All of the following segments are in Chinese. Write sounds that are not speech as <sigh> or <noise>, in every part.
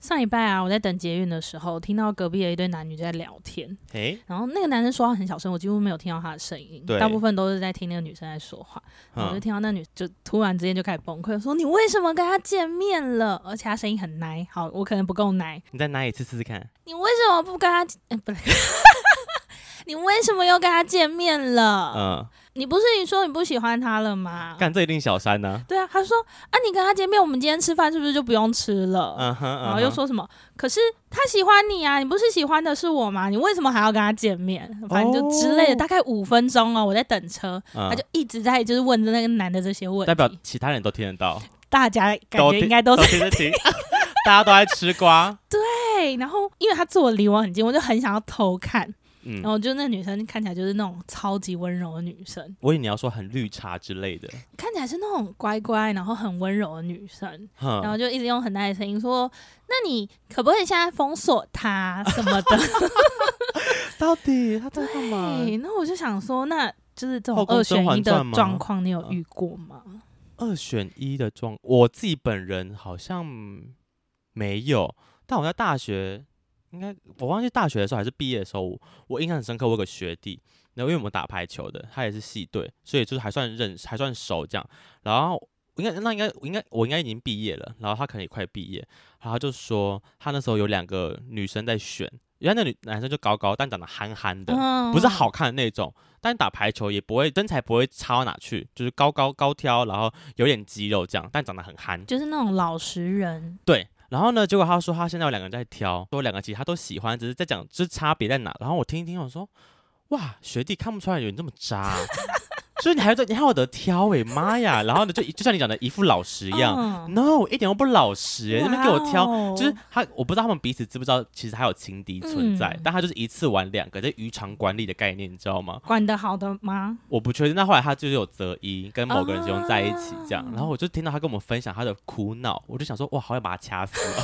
上礼拜啊，我在等捷运的时候，听到隔壁的一对男女在聊天，哎，然后那个男生说话很小声，我几乎没有听到他的声音，对大部分都是在听那个女生在说话。然后我就嗯听到那女就突然之间就开始崩溃，说你为什么跟他见面了？而且他声音很奶，好，我可能不够奶，你再拿一次试试看。你为什么不跟他？ <laughs> 呃、不对，你为什么又跟他见面了？嗯，你不是你说你不喜欢他了吗？干这一定小三呢。对啊，他说啊，你跟他见面，我们今天吃饭是不是就不用吃了？嗯哼，哦然后又嗯哼，说什么？可是他喜欢你啊，你不是喜欢的是我吗？你为什么还要跟他见面？反正就之类的，哦大概五分钟哦，我在等车，嗯他就一直在就是问那个男的这些问题。代表其他人都听得到，大家感觉应该都 <laughs> 都在听得 <laughs> 清，大家都在吃瓜。对。然后因为他坐我离我很近，我就很想要偷看。嗯然，后就那女生看起来就是那种超级温柔的女生，我以为你要说很绿茶之类的。看起来是那种乖乖，然后很温柔的女生。哼然后就一直用很大的声音说：“那你可不可以现在封锁他什么的到底他在？”对，那我就想说，那就是这种嗯后宫二选一甄嬛传的吗嗯状况，你有遇过吗？二选一的状，我自己本人好像没有，但我在大学应该我忘记大学的时候还是毕业的时候，我我印象很深刻，我有个学弟，然后因为我们打排球的，他也是系队，所以就是还算认还算熟这样，然后。应该那应该我应该我应该已经毕业了，然后他可能也快毕业，然后他就说他那时候有两个女生在选，原来那女男生就高高但长得憨憨的，嗯不是好看的那种，但打排球也不会身材不会差到哪去，就是高高高挑，然后有点肌肉这样，但长得很憨。就是那种老实人，对，然后呢，结果他说他现在有两个人在挑，说两个其实他都喜欢，只是在讲就是差别在哪。然后我听一听，我说哇，学弟看不出来有人这么渣 <laughs> 啊、所以你还在你还有得挑诶、妈呀！然后呢，就就像你讲的一副老实一样、嗯 n o 一点都不老实、欸，那边给我挑。哇哦就是他，我不知道他们彼此知不知道，其实还有情敌存在，嗯但他就是一次玩两个，这渔场管理的概念，你知道吗？管得好的吗？我不确定。那后来他就是有择一，跟某个人结婚在一起这样。啊然后我就听到他跟我们分享他的苦恼，我就想说，哇，好想把他掐死哦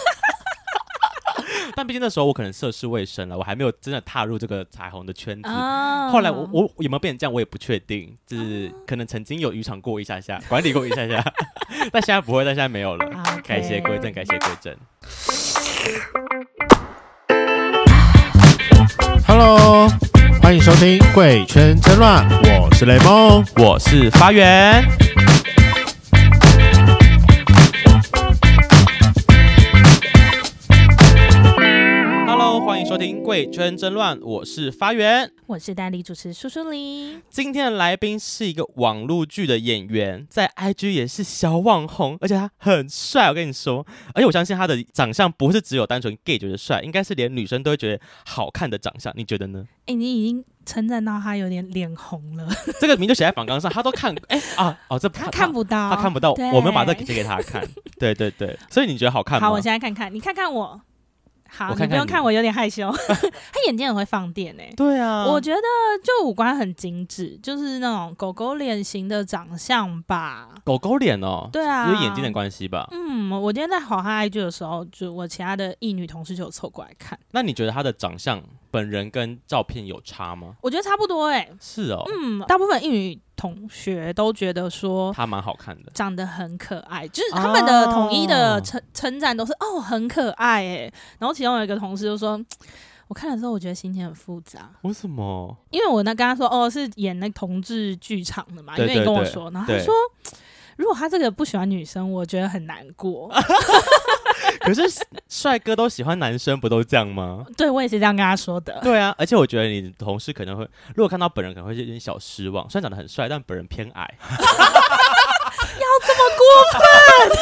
但毕竟那时候我可能涉世未深了，我还没有真的踏入这个彩虹的圈子。啊，后来我我有没有变成这样，我也不确定，就是可能曾经有渔场过一下下， <laughs> 管理过一下下，但现在不会，但现在没有了。啊，OK 改邪归正，改邪归正。 Hello，欢迎收听《贵圈争乱》，我是雷梦。我是发源，Hello，欢迎收听《贵圈争乱》，我是发源。我是代理主持苏苏黎，今天的来宾是一个网络剧的演员，在 IG 也是小网红，而且他很帅。我跟你说，而且我相信他的长相不是只有单纯 gay 觉得帅，应该是连女生都会觉得好看的长相。你觉得呢？哎、你已经称赞到他有点脸红了，这个名就写在访纲上，他都看，哎、啊哦，这他看不到，他看不到，对我们把这个给给他看。对对对，所以你觉得好看吗？好，我现在看看，你看看我。好，我看你不用看你看我，有点害 <laughs> 羞。他眼睛很会放电诶、对啊，我觉得就五官很精致，就是那种狗狗脸型的长相吧。狗狗脸哦，对啊，因为眼睛的关系吧。嗯，我今天在滑他 IG 的时候，就我其他的异女同事就有凑过来看，那你觉得他的长相本人跟照片有差吗？我觉得差不多诶、是哦，嗯，大部分异女同学都觉得说。他蛮好看的。长得很可爱，就是他们的统一的哦称称赞都是哦很可爱诶。然后其中有一个同事就说，我看的时候我觉得心情很复杂，为什么？因为我那跟他说，哦，是演那同志剧场的嘛，因对为你对跟我对说，然后他对说，如果他这个不喜欢女生，我觉得很难过。 <laughs> 可是帅哥都喜欢男生，不都这样吗？对我也是这样跟他说的。对啊，而且我觉得你同事可能会，如果看到本人可能会有点小失望。虽然长得很帅，但本人偏 <laughs> 矮。要这么过分？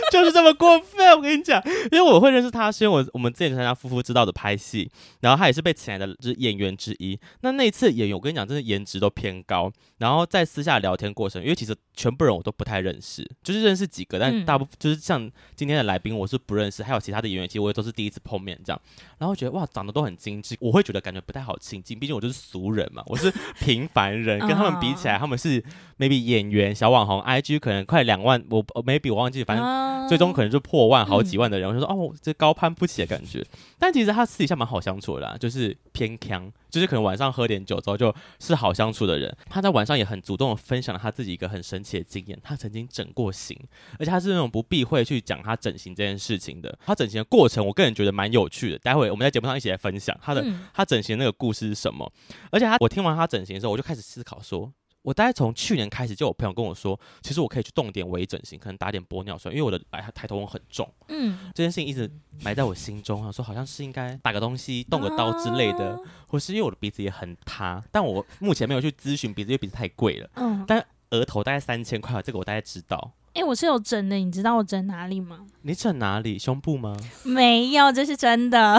<laughs> 就是这么过分！我跟你讲，因为我会认识他，是因为我我们之前参加《夫妇之道》的拍戏，然后他也是被请来的就是演员之一。那那一次演员，我跟你讲，真的颜值都偏高。然后在私下聊天过程，因为其实全部人我都不太认识，就是认识几个，但嗯大部分、就是像今天的来宾我是不认识，还有其他的演员，其实我也都是第一次碰面这样。然后觉得哇，长得都很精致，我会觉得感觉不太好亲近，毕竟我就是俗人嘛，我是平凡人，跟他们比起来，他们是 maybe 演员、小网红、 IG 可能快两万，我我 maybe 我忘记，反正正最终可能就破万好几万的人，我就说哦，这高攀不起的感觉。但其实他私底下蛮好相处的啦，就是偏强，就是可能晚上喝点酒之后就是好相处的人。他在晚上也很主动的分享了他自己一个很神奇的经验，他曾经整过型，而且他是那种不避讳去讲他整形这件事情的。他整形的过程，我个人觉得蛮有趣的，待会我们在节目上一起来分享他的嗯他整形那个故事是什么。而且他，我听完他整形的时候，我就开始思考说，我大概从去年开始就有朋友跟我说，其实我可以去动点微整形，可能打点玻尿酸，因为我的哎抬头纹很重，嗯，这件事情一直埋在我心中，想说好像是应该打个东西、动个刀之类啊哦的，或是因为我的鼻子也很塌，但我目前没有去咨询鼻子，因为鼻子太贵了，啊。嗯，但额头大概三千块，这个我大概知道。哎、我是有整的，你知道我整哪里吗？你整哪里？胸部吗？没有，这是真的，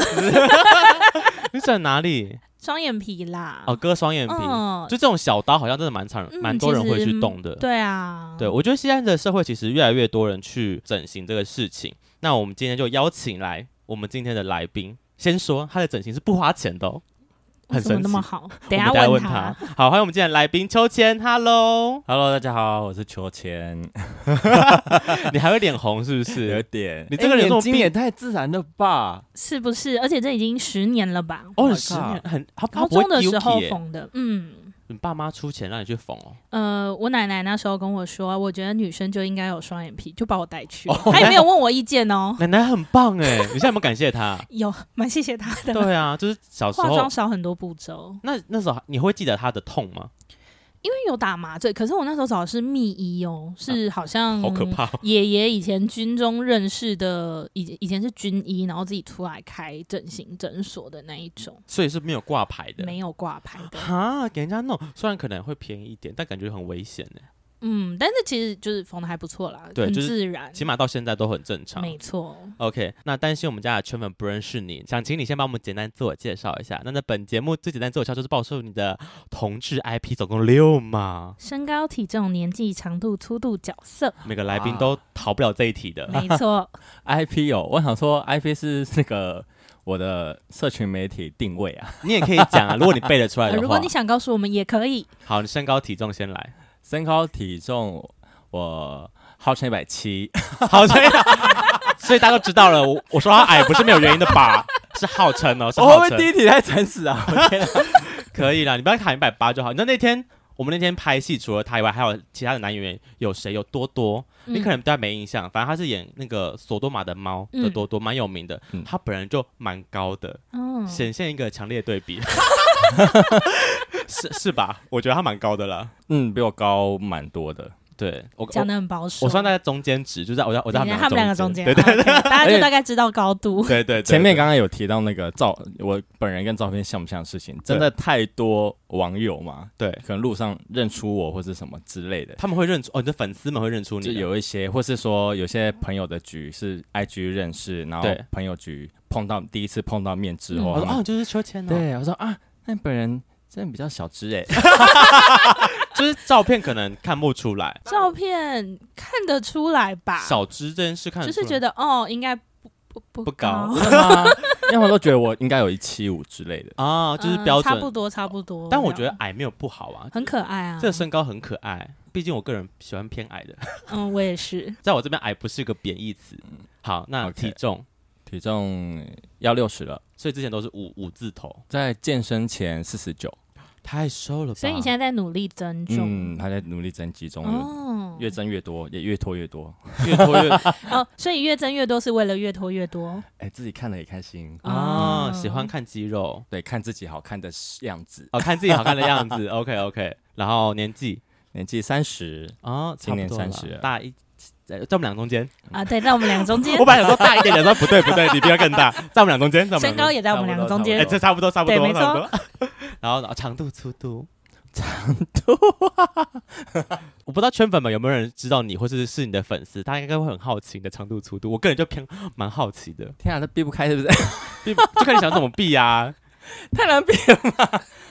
<laughs> 你整哪里？双眼皮啦。哦，割双眼皮。啊嗯，就这种小刀，好像真的蛮常、嗯蛮多人会其去实动的。对啊，对，我觉得现在的社会其实越来越多人去整形这个事情。那我们今天就邀请来我们今天的来宾，先说他的整形是不花钱的哦，很为什么神那么奇。好？我等一们下再问他。。好，欢迎我们今天的来宾秋千，Hello， Hello，大家好，我是秋千。你还会脸红是不 <laughs> 有是？点，你这个人哎这么眼睛闭也太自然了吧？是不是？而且这已经十年了吧？哦， Oh my 很十年，很他他高不会中的时候 guilty 耶缝的，嗯。你爸妈出钱让你去缝哦，呃，我奶奶那时候跟我说，我觉得女生就应该有双眼皮，就把我带去。哦她也没有问我意见哦，？奶奶很棒哎，你现在有没有感谢她 <laughs> 有蛮谢谢她的。对啊，就是小时化妆候，少很多步骤，那那时候你会记得她的痛吗？因为有打麻醉。可是我那时候找的是秘医哦，是好像啊好可怕哦，爷爷以前军中认识的，以以前是军医，然后自己出来开整形诊所的那一种，所以是没有挂牌的，没有挂牌 <laughs> 的。哈，给人家弄，虽然可能会便宜一点，但感觉很危险呢。嗯，但是其实就是缝的还不错啦，对很就是自然，起码到现在都很正常。没错。 OK，那担心我们家的圈粉不认识你，想请你先帮我们简单自我介绍一下。那在本节目最简单自我介绍就是报出你的同志 IP，总共六嘛，身高、体重、年纪、长度、粗度、角 <laughs> 色，每个来宾都逃不了这一题的。没错。 IP 哦，我想说 IP 是那个我的社群媒体定位啊， <laughs> 你也可以讲啊，如果你背得出来呃的 <laughs> 如话果。你想告诉我们，也可以。好，你身高体重先来。身高体重我号称一百七，好，所以 <laughs> 所以大家都知道了，我我说他矮不是没有原因的吧？是号称哦，是我会不号会称。第一题太诚实啊？我的天啊！可以啦，你不要喊一百八就好。你知道那天我们那天拍戏，除了他以外，还有其他的男演员，有谁？有多多，你嗯可能对他没印象，反正他是演那个索多玛的猫的多多，蛮有名的。嗯他本人就蛮高的，嗯，显现一个强烈的对比，是是吧？我觉得他蛮高的啦。嗯，比我高蛮多的，对我我讲的很保守。我算在中间值，就在我在我在你在他他们们两两个个中中间，啊对对哎 OK，大家 <laughs> 而就且大概知道高度。对对对，前面对刚刚有提到那个照我本人跟照片像不像的事情，真的太多网友嘛，对可能路上认出我或是什么之类的，他们会认出哦，你的粉丝们会认出你就的，有一些，或是说有些朋友的局是 IG 认识，然后对朋友局碰到第一次碰到面之后，我他说们哦，就是秋千哦，对我说啊，那本人真的比较小只 <laughs> 哎、就是照片可能看不出来，照片看得出来吧？小只这件事看得就出是来觉得哦，应该不不不不高高，真的吗？因为我都觉得我应该有一七五之类的。啊，就是嗯标差准。不多差不多。但我觉这得样矮没有不好啊，很可爱啊。 <laughs> 这个身高很可爱。毕竟我个人喜欢偏矮的， <laughs> 嗯，我也是。在我这边矮不是一个贬义词。好，那嗯 OK 体重，体重要六十了，所以之前都是五五字头，在健身前四十九，太瘦了吧？所以你现在在努力增重嗯，还在努力增肌中，哦越增越多，也越拖越多。在 <laughs> 越拖 <laughs> 越，哦，所以越增越多是为了越拖越多哎、自己看了也开心哦啊，喜欢看肌肉，对，看自己好看的样子。哦，看自己好看的样子。OK <laughs> OK，然后年纪年纪三十，啊，今年差不多了30了大一，呃在在我们俩中间。啊。对，在我们俩 <laughs> 中间嗯我，本来想说大一点点，说不对不对，你不要更大，在我们俩中间，在我们身俩高中间也在我们两个中哎，间。这差不多差不多对没错差不多。 <laughs> 然后然后哦长度粗度。 <laughs> 我不知道圈粉们有没有人知道你，或者是是你的粉丝，大家应该会很好奇你的长度粗度。我个人就偏蛮好奇的，天啊，这避不开 <laughs> 是不是？就就看你想怎么避啊。太难避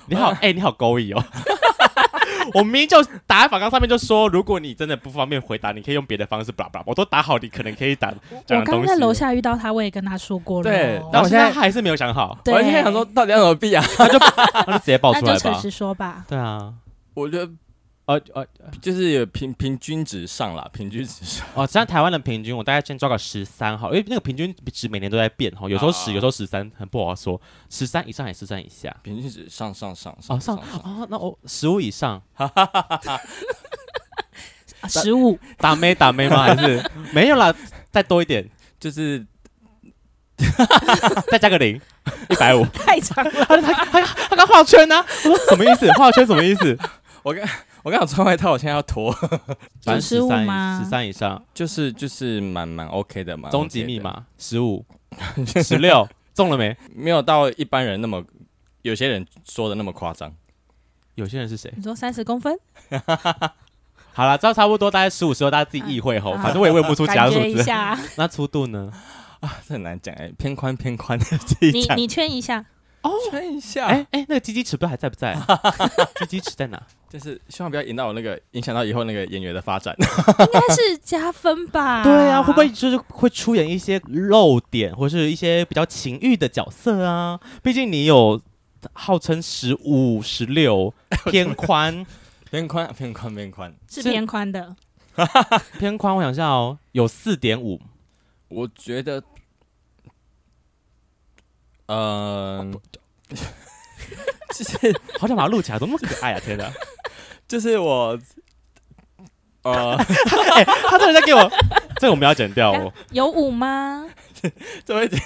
你好，哎、你好勾引哦。 <laughs> 我明明就打在反纲上面就说，如果你真的不方便回答，你可以用别的方式，巴拉巴拉，我都打好，你可能可以打讲我的刚东刚西。在楼，下遇到他，我也跟他说过了。哦对然然后后现现在在还是没有想 <laughs> 好，对我现在想说，到底要怎么避啊？ <laughs> 那就直接爆那出来就诚吧。实说吧。对啊，我觉得呃呃就是有平平均值上啦，平均值上。 <laughs> 哦，像台湾的平均，我大概先抓个十三好，因为那个平均值每年都在变哈，有时候十，啊有时候十三，很不好说。十三以上还是十三以下？平均值上上上哦，上上上上，啊，那我十五以上，十五打妹打妹吗？<laughs> 还是没有啦，再多一点，就是再加个零，一百五。太长了， <laughs> 他他他他刚画圈呢、我 <laughs> 说什么意思？画圈什么意思？ <laughs> <laughs> 我刚好穿外套，我现在要脱，反正十95三吗十三以上，就是就是蛮蛮 OK 的嘛。终极密码十五、十六，中了没？没有到一般人那么，有些人说的那么夸张。 <laughs> 有些人是谁？你说三十公分，好了，这样差不多，大概十五、十六，大家自己意会吼。啊反正我也问不出其他感数觉一字。下，那粗度呢？这很难讲哎、偏宽偏宽， <laughs> 自己你讲。你圈一下，看一下，哎哎，那个鸡鸡尺不知道还在不在？啊 <laughs> 鸡鸡尺在哪？就是希望不要引到我那个影响到以后那个演员的发展。 <laughs> 应该是加分吧？对啊，会不会就是会出演一些漏点，或是一些比较情欲的角色啊？毕竟你有号称十五、十 <laughs> 六偏宽，偏宽偏宽偏宽，是是偏宽的？偏宽，我想一下哦，有四点 <laughs> 五，我觉得，哦嗯、就是好想把它录起来，怎么那么可爱啊！天哪， <laughs> 就是我，呃，哎他真的在给我，这个我们要剪掉 <laughs> 哦，有五 <laughs> 吗？这会剪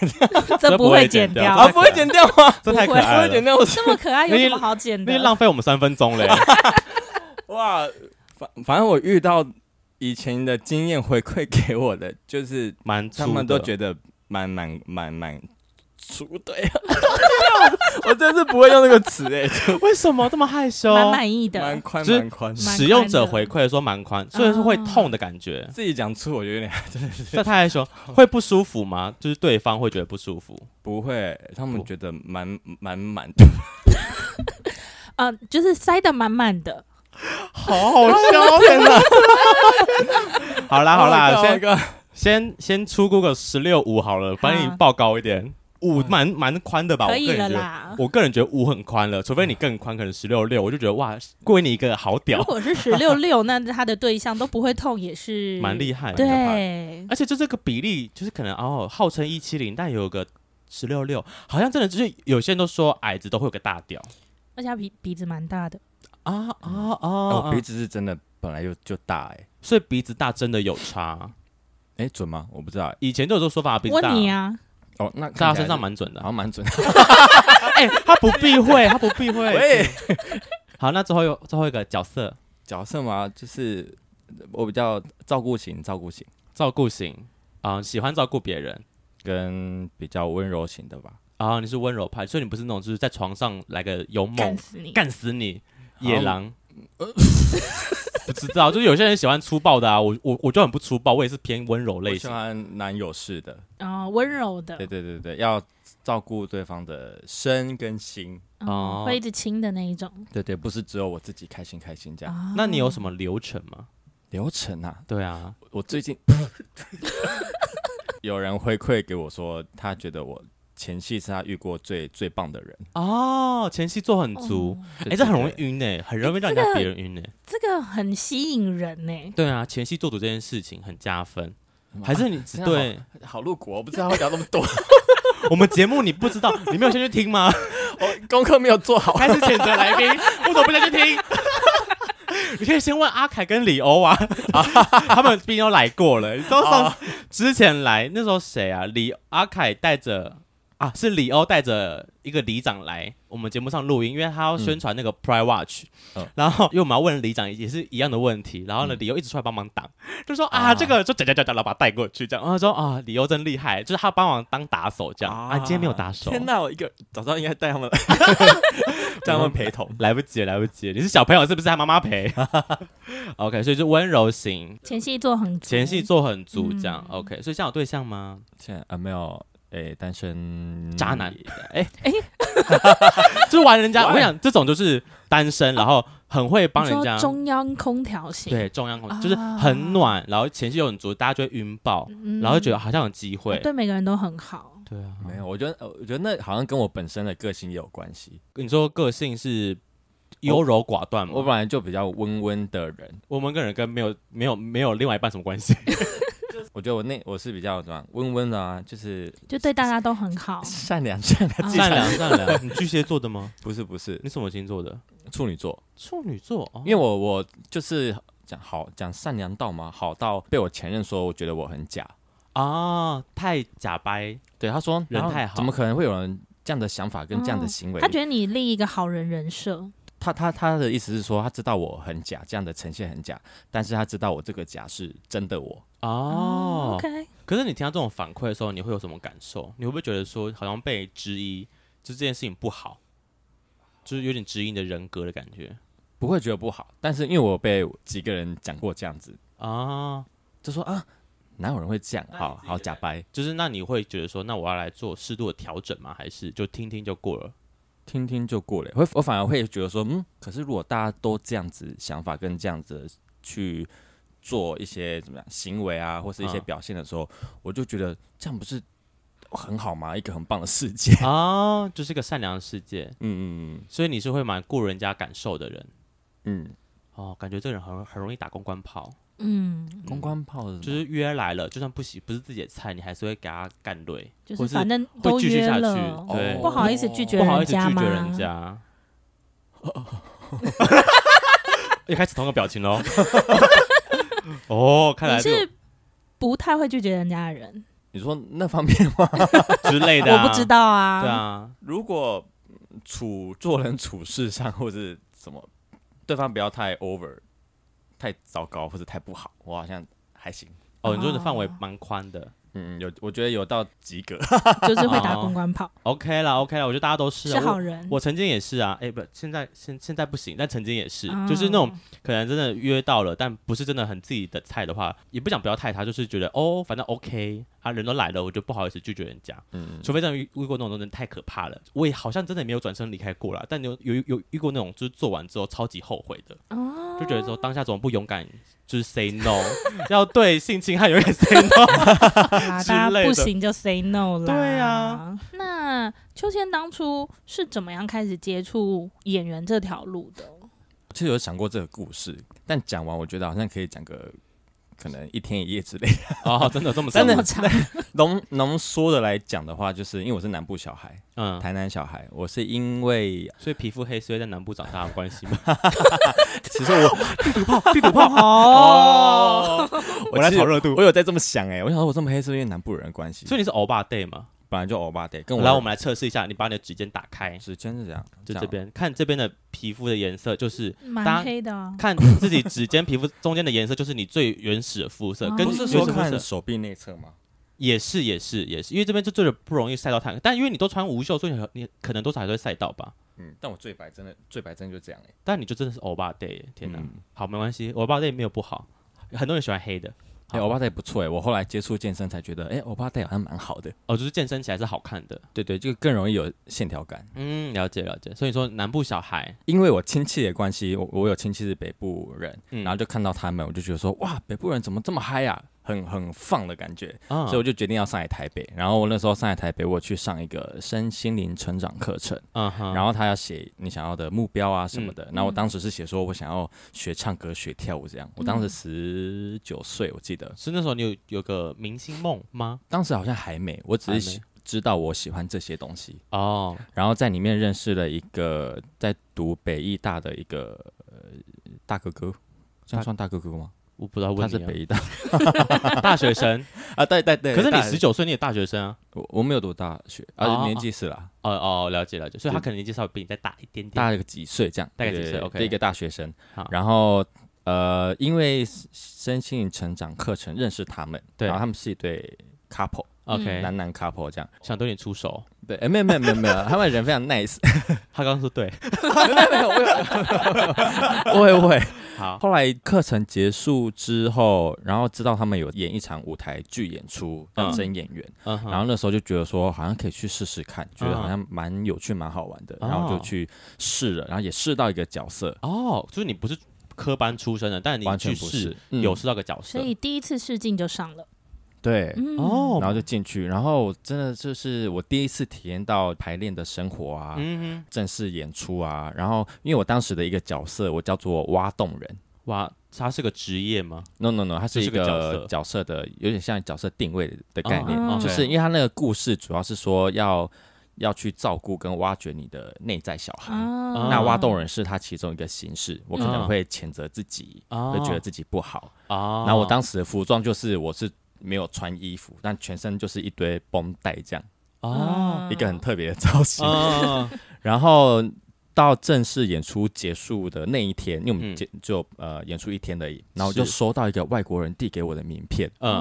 这不会剪这掉哦会，啊，不会剪掉吗？这 <laughs> 太可不爱会剪了，掉，我这么可爱有什么好剪 <laughs> 那的就？浪费我们三分钟嘞。哇，反反正我遇到以前的经验回馈给我的， <laughs> 就是蛮粗的，他们都觉得蛮蛮蛮蛮粗 <laughs> 的呀。啊 <laughs> 我真是不会用那个词哎、就为什么这么害羞？蛮满意蛮的，宽啊就是蛮宽。蛮使用者回馈说蛮宽，虽然是会痛的感觉，自己讲粗，我觉得有点 <laughs> 但他还 <laughs> 说会不舒服吗？就是对方会觉得不舒服。不会，他们不觉得蛮蛮满的。嗯，就是塞的满满的。好好笑，天 <laughs> 哪！ <laughs> 好啦好啦，下一先个先先出 Google 十六五好了，把你好报高一点，五嗯蛮蛮宽的吧？我可个以人了觉得，啦。我个人觉得五很宽了，除非你更宽，可能十六六，我就觉得哇，归你一个好如屌，果是十六六，那他的对象都不会痛，也是 <laughs> 蛮厉害。嗯对蛮厉害，而且就这个比例，就是可能哦，号称一七零，但有个十六六，好像真的就是有些人都说矮子都会有个大屌而且他鼻鼻子蛮大的，啊啊哦，啊鼻！子是真的本来就就大哎、所以鼻子大真的有差，哎、准吗？我不知道哎、以前就有这种说法，鼻子大问你啊，哦，那在看他起来身上蛮准的好。像蛮准。哎、他不避讳，他不避讳。喂，好，那最后有最后一个角色，角色嘛，就是我比较照顾型，照顾型照顾型啊、喜欢照顾别人跟比较温柔型的吧。啊、你是温柔派，所以你不是那种就是在床上来个勇干猛死你！干死你好野狼。 <laughs> 不知道，就是有些人喜欢粗暴的啊，我我我就很不粗暴，我也是偏温柔我类喜型。欢男友式的，哦，温柔的对，对对对，要照顾对方的身跟心。哦哦，会一直亲的那一种。对对，不是只有我自己开心开心这样。啊那你有什么流程吗？流程啊，对啊，我最近有人回馈给我说，他觉得我前戏是他遇过最最棒的人。哦，前戏做很足，哦哎哎、对这很容。对易对晕呢、很容易让诶这人家个别人晕呢、欸这个很吸引人呢。对啊，前戏做足这件事情很加分，嗯还是你只这样好对好露骨哦，我不知道会聊那么多， <laughs> 我们节目你不知 <laughs> 道，你没有先去听吗？我功课没有做好。开始谴责来 <laughs> 宾，我怎么不想去 <laughs> 听？你可以先问阿凯跟李欧 <laughs> 啊，他们毕竟都来过了。你知道上次之前来那时候谁啊？李阿凯带着啊，是李欧带着一个里长来我们节目上录音，因为他要宣传那个 Pride Watch，、嗯然后因为我们要问里长也是一样的问题，然后呢，嗯李欧一直出来帮忙挡，就说啊啊这个就讲讲讲讲，然后把他带过去这样。然后他说啊，李欧真厉害，就是他帮忙当打手这样。啊，今天没有打手，天哪，我一个早上应该 <laughs> 带他们来，让他们陪同。 <laughs> 来不及了，来不及了！你是小朋友是不是？他妈妈 <laughs> 陪。OK，所以就温柔型，前戏做很足前戏做很足这样。嗯 OK，所以这样有对象吗？现在啊，没有，诶，单身渣男，哎， <laughs> 就是玩人家，哇我跟你讲，这种就是单身，然后很会帮你人说家，中央空调型，对中央空啊就是很暖，然后前戏又很足，大家就会晕爆，嗯，哦然后就觉得好像有机会。对每个人都很好。对啊，没有，我觉得，呃我觉得那好像跟我本身的个性也有关系。你说个性是优柔寡断嘛。我哦我本来就比较温温的人，我们跟人跟没有没有没有另外一半什么关 <laughs> 系？我觉得我那我是比较什么温温的啊，就是就对大家都很好。善良善良。啊善良善 <laughs> 良，你巨蟹座的吗？不是不是你什么星座的？处女座，处女座。哦因为我我就是讲好讲善良到嘛，好到被我前任说我觉得我很假。啊，太假掰，对，他说人然后太好嗯怎么可能会有人这样的想法跟这样的行为？他觉得你立一个好人人设，他他他的意思是说，他知道我很假，这样的呈现很假，但是他知道我这个假是真的我。哦。 ，OK，可是你听到这种反馈的时候，你会有什么感受？你会不会觉得说好像被质疑，就这件事情不好，就是有点质疑你的人格的感觉不会觉得不好，但是因为我被几个人讲过这样子，啊？就说啊，哪有人会这样？那你好自己好的假掰，就是那你会觉得说，那我要来做适度的调整吗？还是就听听就过了？听听就过了。会我反而会觉得说，嗯，可是如果大家都这样子想法跟这样子去做一些怎么样行为啊，或是一些嗯表现的时候，我就觉得这样不是很好吗？一个很棒的世界。 <laughs> 啊，就是一个善良的世界，嗯嗯所以你是会蛮顾人家感受的人嗯哦。感觉这个人很很容易打公关炮，嗯，嗯，公关炮是什么就是约来了，就算不喜不是自己的菜，你还是会给他干对，就或是是反正会都继续约下去了，，对，不好意思拒绝哦不好意人思家拒吗？绝人家。 <laughs> 又开始同个表情喽。 <laughs> 哦，看来你是不太会拒绝人家的人，你说那方面吗？之类的、我不知、道啊。对，啊，如果嗯处做人处事上或是什么，对方不要太 over、太糟糕或者太不好，我好像还行。哦，你说你的范围蛮宽的。嗯，嗯，有我觉得有到及格。 <laughs> 就是会打公关炮， OK 啦，OK 啦，我觉得大家都 <laughs> 是啊、是好我人。我曾经也是啊，哎、不，现在现现在不行，但曾经也是，嗯就是那种可能真的约到了，但不是真的很自己的菜的话，也不想不要太他，就是觉得哦，反正 OK 啊，人都来了，我就不好意思拒绝人家。嗯，除非真的遇遇过那种真的太可怕了，我也好像真的没有转身离开过啦。但有有有遇过那种就是做完之后超级后悔的，哦就觉得说当下怎么不勇敢，就是 say no，要 <laughs> 对性侵害有点 say no。好啦，啊大之家类的不行就 say no 啦。对啊，那秋千当初是怎么样开始接触演员这条路的？其实有想过这个故事，但讲完我觉得好像可以讲个可能一天一夜之类。 <laughs> 哦，真的这么真的这说么长， <laughs> 浓浓缩的来讲的话，就是因为我是南部小孩，嗯，台南小孩，我是因为 <laughs> 所以皮肤黑是会在南部长大有关系吗？ <laughs> 其实我屁股 <laughs> 泡哦，我来其实炒热度我有在这么想哎、我想说我这么黑是因为南部人的关系，所以你是欧巴 day 吗？本来就欧巴得跟我来，我们来测试一下，你把你的指尖打开，指尖是这样，就样这边看这边的皮肤的颜色， <laughs> 就是蛮黑的啊。看自己指尖皮肤中间的颜色，就是你最原始的肤色，哦跟不是原说始肤看色手臂内侧吗？也是也是也是，因为这边就最不容易晒到太阳，但因为你都穿无袖，所以你你可能多少还是会晒到吧。嗯，但我最白真的最白真的就这样哎、但你就真的是欧巴 day，耶天哪！嗯好，没关系，欧巴 day 没有不好，很多人喜欢黑的欸，欧巴带不错哎、我后来接触健身才觉得，哎、欧巴带好像蛮好的。哦，就是健身起来是好看的。对对，就更容易有线条感。嗯，了解了解。所以说南部小孩，因为我亲戚的关系，我我有亲戚是北部人，嗯然后就看到他们，我就觉得说，哇，北部人怎么这么嗨啊，很很放的感觉，啊所以我就决定要上来台北。然后我那时候上来台北，我去上一个身心灵成长课程，嗯哼，然后他要写你想要的目标啊什么的。然后我嗯当时是写说我想要学唱歌、学跳舞这样。我当嗯时十九岁，我记得是那时候你有有个明星梦吗？当时好像还没，我只是还喜没知道我喜欢这些东西。哦，然后在里面认识了一个在读北艺大的一个、呃、大哥哥，这样算大哥哥吗？我不知道他问是你、北艺大啊、大学生，啊，对 <laughs> 对对。可是你大十，九岁，你也大学生啊。我我没有读大学，哦哦啊，年纪是啦，哦哦，了解了解，所以他对可能年纪稍微比你再大一点点。大个几岁这样，大概几对对岁对 OK 对一个大学生好。然后呃，因为身心灵成长课程认识他们，对然后他们是一对 couple， OK，、男男 couple 这样。想对你出手，对，哎，没有没有没有没有，他们人非常 nice，他刚刚说对，没有没有，不会不会。好，后来课程结束之后，然后知道他们有演一场舞台剧演出，要嗯真演员，嗯哼，然后那时候就觉得说好像可以去试试看，觉得好像蛮有趣、蛮好玩的，哦然后就去试了，然后也试到一个角色，哦，就是你不是科班出身的，但你完全去不试是嗯有试到个角色所，以第一次试镜就上了，对，嗯哦然后就进去，然后真的就是我第一次体验到排练的生活啊，嗯哼，正式演出啊。然后因为我当时的一个角色，我叫做挖洞人。哇，他是个职业吗？ No no no，它是这一是个角个色角色的，有点像角色定位的概念，哦就是因为它那个故事主要是说要要去照顾跟挖掘你的内在小孩。哦啊那挖洞人是他其中一个形式，我可能会谴责自己，啊会觉得自己不好。啊，然后我当时的服装就是我是没有穿衣服，但全身就是一堆绷带这样，哦啊一个很特别的造型。啊然后到正式演出结束的那一天，因为我们嗯结就呃演出一天而已，然后我就是收到一个外国人递给我的名片，嗯，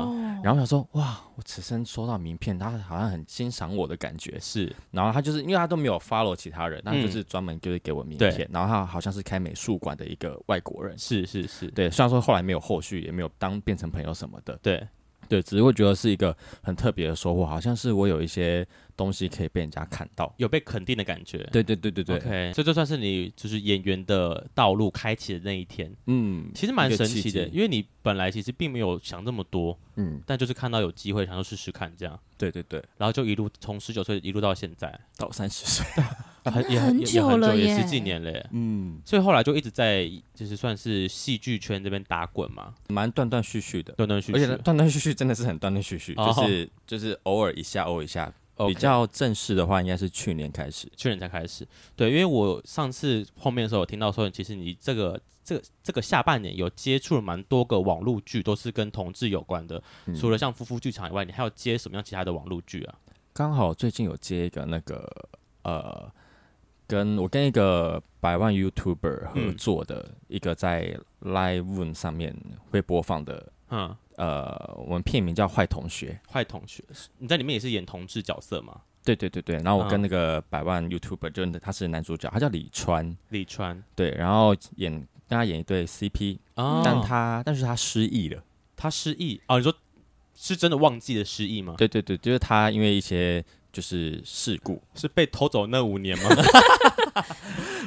然后我想说哇，我此生收到名片，他好像很欣赏我的感觉。是然后他就是因为他都没有 follow 其他人，他嗯就是专门就是给我名对片，然后他好像是开美术馆的一个外国人。是是是，对，虽然说后来没有后续，也没有当变成朋友什么的，对，对，只是会觉得是一个很特别的收获，好像是我有一些东西可以被人家看到。有被肯定的感觉，对对对对对 o k 所以这算是你就是演员的道路开启的那一天，嗯，其实蛮一个神契奇的，机因为你本来其实并没有想这么多，嗯，但就是看到有机会，想要试试看这样，对对对，然后就一路从十九岁一路到现在，到三十岁，很啊也那很很也也久很久，了也耶十几年了耶。嗯，所以后来就一直在就是算是戏剧圈这边打滚嘛，蛮断断续续的，断断续而续且呢，断断续续真的是很断断续续，哦就是就是偶尔一下偶尔一下。 OK 比较正式的话，应该是去年开始。去年才开始。对，因为我上次后面的时候有听到说，其实你这个这个这个下半年有接触了蛮多个网络剧，都是跟同志有关的。嗯除了像夫妇剧场以外，你还有接什么样其他的网络剧啊？刚好最近有接一个那个呃，跟我跟一个百万 YouTuber 合嗯作的一个在 Live Room 上面会播放的，嗯，呃，我们片名叫《坏同学》。坏同学，你在里面也是演同志角色嘛？对对对对，然后我跟嗯那个百万 YouTuber 就是他是男主角，他叫李川，李川对，然后演跟他演一对 CP，、啊，但他但是他失忆了。他失忆哦，你说是真的忘记了失忆吗？对对对，就是他因为一些就是事故，是被偷走那五 <laughs> 年吗？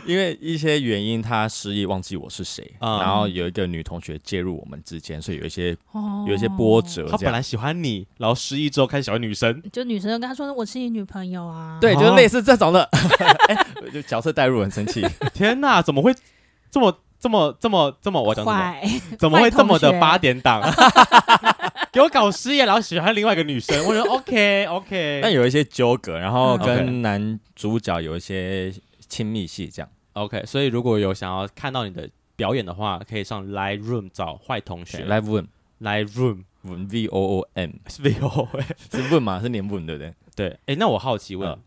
因为一些原因他失忆忘记我是谁，啊然后有一个女同学介入我们之间，所以有一些哦有一些波。折他这本样。来喜欢你，然后失忆之后开始喜欢女生，哦就女生就跟他说：“我是你女朋友啊。”对，哦就是类似这种的， <laughs> 哎、就角色代入 <laughs> 很生气。天哪，怎么会这么这么这么这么我讲什么？坏， <laughs> 怎么会这坏么同的学八点 <laughs> 档？给我搞失业，然后喜欢另外一个女生，我觉得 OK 但 OK 有一些纠葛，然后嗯跟男主角有一些亲密戏这样。 OK。所以如果有想要看到你的表演的话，可以上 Live Room 找坏同学 Live Win Live Room <laughs> Win V O O M 是 V O A。是 Win 吗？是连 Win 对不对？对，哎、那我好奇问，嗯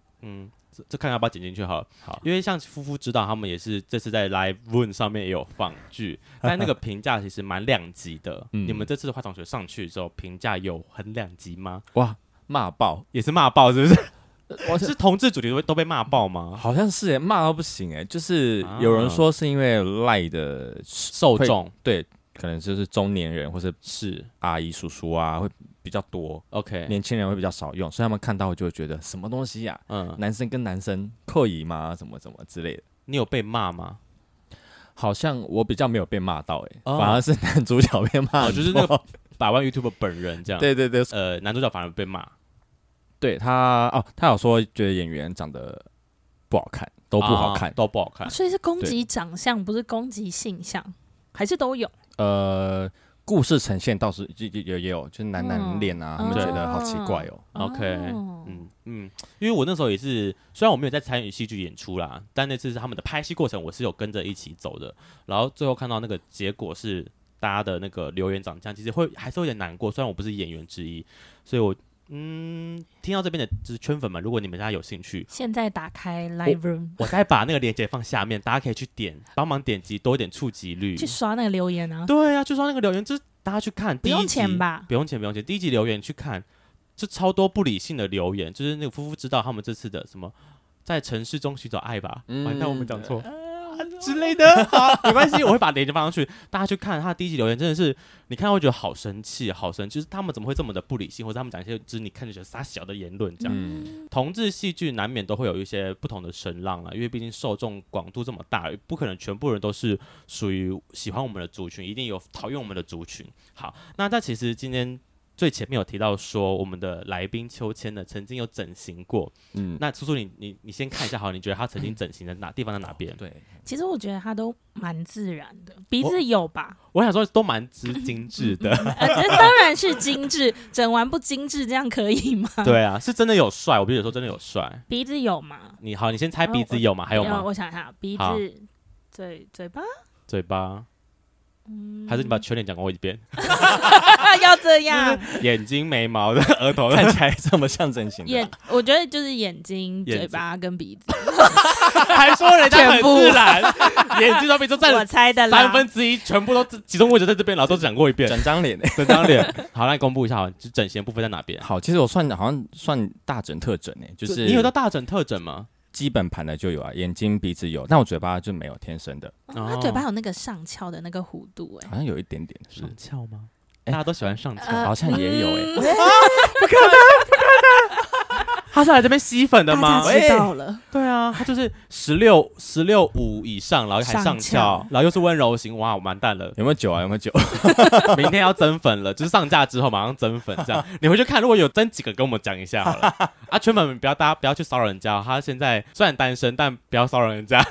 嗯这这看要不要剪进去好了，好因为像夫妇知道他们也是这次在 Live Room 上面也有放 <laughs> 剧，但那个评价其实蛮两极的。嗯你们这次的坏同学上去之后，评价有很两极吗？ <laughs> 哇，骂爆！也是骂爆是 <laughs> 不是？我是同志主题都被都被骂爆吗？好像是哎，骂到不行哎，就是啊有人说是因为赖的受众对，可能就是中年人或是是阿姨叔叔啊会比较多， OK，年轻人会比较少用，所以他们看到就会觉得什么东西呀、嗯，男生跟男生扣姨吗？怎么怎么之类的。你有被骂吗？好像我比较没有被骂到哎、哦反而是男主角被骂很多、哦就是那 <laughs> 个百万 YouTube 本人这样，，对对对，呃，男主角反而被骂，对他哦，他有说觉得演员长得不好看，都都不好看，啊都不好 <laughs> 看。所以是攻击长相，不是攻击性向，还是都有。呃，故事呈现倒是也也也有，就是男男嗯恋啊，嗯他们觉得好奇怪哦。 OK，哦嗯嗯，因为我那时候也是，虽然我没有在参与戏剧演出啦，但那次是他们的拍戏过程，我是有跟着一起走的。然后最后看到那个结果是大家的那个留言长相，其实会还是有点难过。虽然我不是演员之一，所以我嗯，听到这边的就是圈粉们，如果你们大家有兴趣，现在打开 Live Room 我再把那个链接放下面，大家可以去点，帮忙点击多一点触及率。去刷那个留言啊，对啊，就说那个留言，就是大家去看，不第一用集钱吧不用钱，不用钱。第一集留言去看，就超多不理性的留言，就是那个夫妇知道他们这次的什么，在城市中寻找爱吧，嗯完蛋，我们讲错、啊之类的。好，没关系，我会把链接放上去，大家去看他的第一集留言，真的是你看到会觉得好生气，好生气，就是他们怎么会这么的不理性，或者他们讲一些就是你看着觉得傻小的言论这样。嗯，同志戏剧难免都会有一些不同的声浪啊啦，因为毕竟受众广度这么大，不可能全部人都是属于喜欢我们的族群，一定有讨厌我们的族群。好，那但其实今天最前面有提到说，我们的来宾秋千呢曾经有整形过。嗯，那叔叔你，你你先看一下好了，你觉得他曾经整形的哪地方在哪边？对， <laughs> 其实我觉得他都蛮自然的，鼻子有吧？我想说都蛮之精致的。呃， <laughs> 这当然是精致，整完不精致，这样可以吗？对啊，是真的有帅，我必须得说真的有帅。鼻子有吗？你好，你先猜嗯鼻子有吗？还有呃吗？我想一下，鼻好子、嘴、嘴巴， <laughs> 嘴巴？嗯，还是你把全脸讲过一遍？啊要这 <laughs> 样？眼睛、眉毛的、额头的，看起来这么像整形的，眼，我觉得就是眼睛、眼嘴睛巴跟 <laughs> 鼻子，还说人家很全部自然，眼睛上面都占我猜的啦。三分之一，全部都集中位置在这边，然后都讲过一遍。整张脸。整张脸。好，那你公布一下好了，就整形部分在哪边？好，其实我算好像算大整特整诶、就是你有到大整特整吗？基本盘的就有啊，眼睛、鼻子有，但我嘴巴就没有，天生的，哦他嘴巴有那个上翘的那个弧度、欸好像有一点点，是上翘吗？哎大家都喜欢上哎，翘，呃 <laughs> 好像也有欸，嗯他是来这边吸粉的吗？大家知道了，对啊，他就是十六十六五以上，然后还上上翘翘，然后又是温柔型，哇，我完蛋了有没有酒啊？有没有酒？ <laughs> 明天要增粉了，就是上架之后马上增粉， <laughs> 这样你回去看，如果有增几个，跟我们讲一下好了。啊，圈粉们不要，大家不要去骚扰人家哦，他现在虽然单身，但不要骚扰人 <laughs> 家，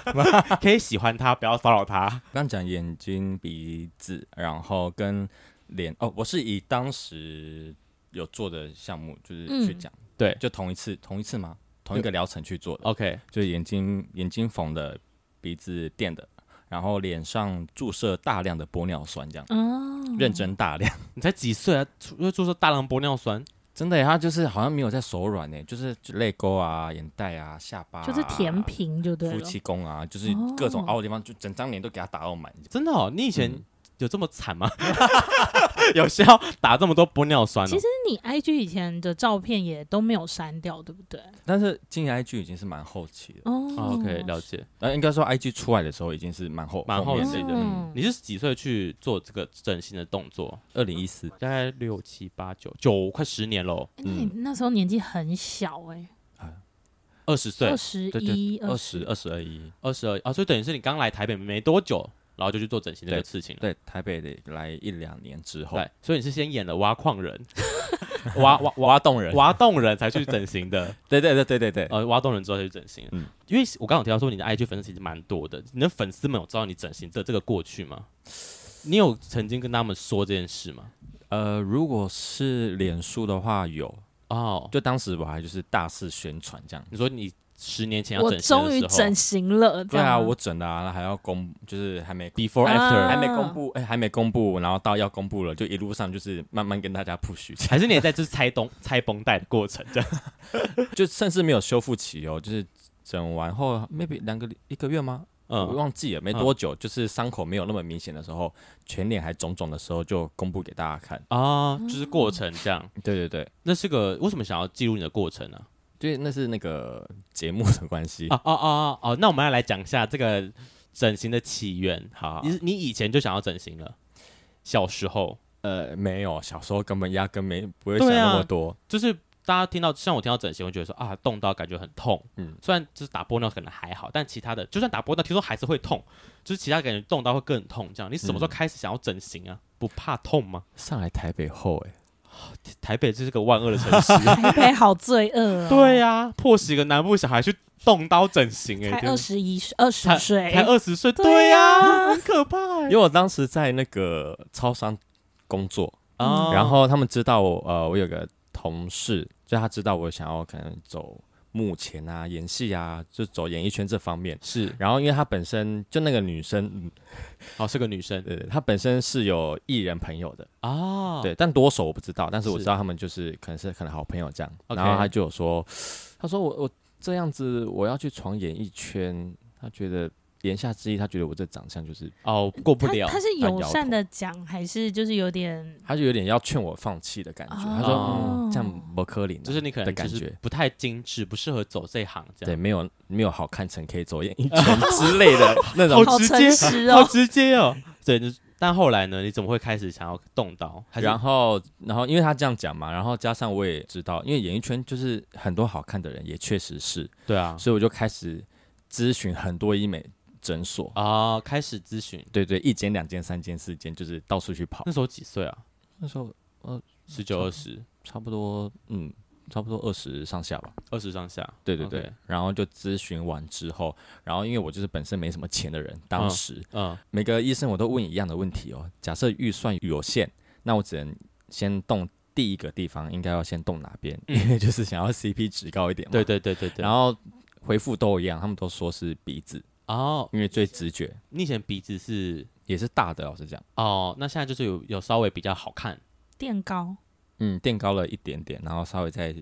可以喜欢他，不要骚扰他。刚讲眼睛、鼻子，然后跟脸哦，我是以当时有做的项目就是去嗯讲，对就同一次同一次吗？同一个疗程去做的， OK，就是眼睛眼睛缝的，鼻子垫的，然后脸上注射大量的玻尿酸，这样、哦，认真大量， <laughs> 你才几岁啊？出又注射大量玻尿酸，真的耶，他就是好像没有在手软呢，就是泪沟啊、眼袋啊、下巴、就是填。平就对哦夫了。妻宫啊，就是各种凹的地方，就整张脸都给他打到满。真的哦？你以前嗯有这么惨吗？ <laughs> 有需要打这么多玻尿酸、哦？其实你 IG 以前的照片也都没有删掉，对不对？但是进 IG 已经是蛮后期了。哦哦 OK，了解。呃，应该说 IG 出来的时候已经是蛮后蛮后面期的嗯你是几岁去做这个整形的动作？二零一四大概六七八九九快十年哦喽，哎那你那时候年纪很小哎、二十岁二，十对一、二十十，二十二一，二十二啊，所以等于是你刚来台北没多久，然后就去做整形这个事情了。对，台北的来一两年之后，对，所以你是先演了挖矿 <laughs> 人，挖挖挖洞人，挖洞人才去整形的，对对对对对对，呃，挖洞人之后才去整形。嗯因为我刚刚有提到说你的 IG 粉丝其实蛮多的，你的粉丝们有知道你整形的这个过去吗？你有曾经跟他们说这件事吗？呃，如果是脸书的话有，哦，就当时我还就是大肆宣传这样。你说你十年前要我整形终于的时候整，形了，这对样吗啊，我整的啊，那还要公，就是还没 before 啊 after，、还没公布，哎，还没公布，然后到要公布了，就一路上就是慢慢跟大家 push，这样还是你也在就是拆东拆绷带的过程这样？就甚至没有修复期哦，就是整完后 maybe 两个一个月吗？我嗯，忘记了，没多久，就是伤口没有那么明显的时候，全脸还肿肿的时候，就公布给大家看。啊，就是过程这哦样。对对对，那是个为什么想要记录你的过程呢、就是那是那个节目的关系。啊？哦哦哦哦，那我们要来讲一下这个整形的起源。好你你以前就想要整形了，小时候呃，没有，小时候根本压根没不会对想啊那么多。就是大家听到像我听到整形，我觉得说啊，动到感觉很痛。嗯嗯，虽然就是打玻尿可能还好，但其他的就算打玻尿，听说还是会痛，就是其他感觉动到会更痛。这样，你什么时候嗯开始想要整形啊？不怕痛吗？上来台北后、哎，台北这是个万恶的 <laughs> 城市。台北好罪恶、哦。 <laughs> 对啊呀、迫使一个南部小孩去动刀整形、哎，才天二十一、二十岁，才二十岁，对对呀、很可怕哎、因为我当时在那个超商工作，啊然后他们知道我，呃，我有个同事，就他知道我想要可能走幕前啊、演戏啊，就走演艺圈这方面。是，然后因为她本身就那个女生，嗯哦，是个女生呃，她本身是有艺人朋友的，啊，对，但多熟我不知道，但是我是知道他们就是可能是可能好朋友这样。 OK 然后他就有说，他说我我这样子我要去闯演艺圈，他觉得言下之意，他觉得我这长相就是，哦，过不他了他是友摇善头的讲，还是就是有点他就有点要劝我放弃的感觉。他说、哦嗯、这样不可能啊、就是你可的能感就是觉。不太精致，不适合走这一行，这对，样没有没有好看成可以走演艺圈之类的那种好，好直诚接实好哦？直接 <laughs> 哦。对，就是但后来呢，你怎么会开始想要动刀？ <laughs> 还是然后，然后因为他这样讲嘛，然后加上我也知道，因为演艺圈就是很多好看的人，也确实是，对啊，所以我就开始咨询很多医美诊所，啊，开始咨询，对对，一间、两间、三间、四间，就是到处去跑。那时候几岁啊？那时候呃十九、二十、差不多，嗯，差不多二十上下吧。二十上下。对对对 OK，然后就咨询完之后，然后因为我就是本身没什么钱的人，当时、嗯，每个医生我都问一样的问题哦。假设预算有限，那我只能先动第一个地方，应该要先动哪边？因为就是想要 CP 值高一点嘛。对对对对对。然后回复都一样，他们都说是鼻子，哦，因为最直觉，你以前鼻子是也是大的。老实讲，哦，那现在就是有有稍微比较好看，垫高，嗯，垫高了一点点，然后稍微再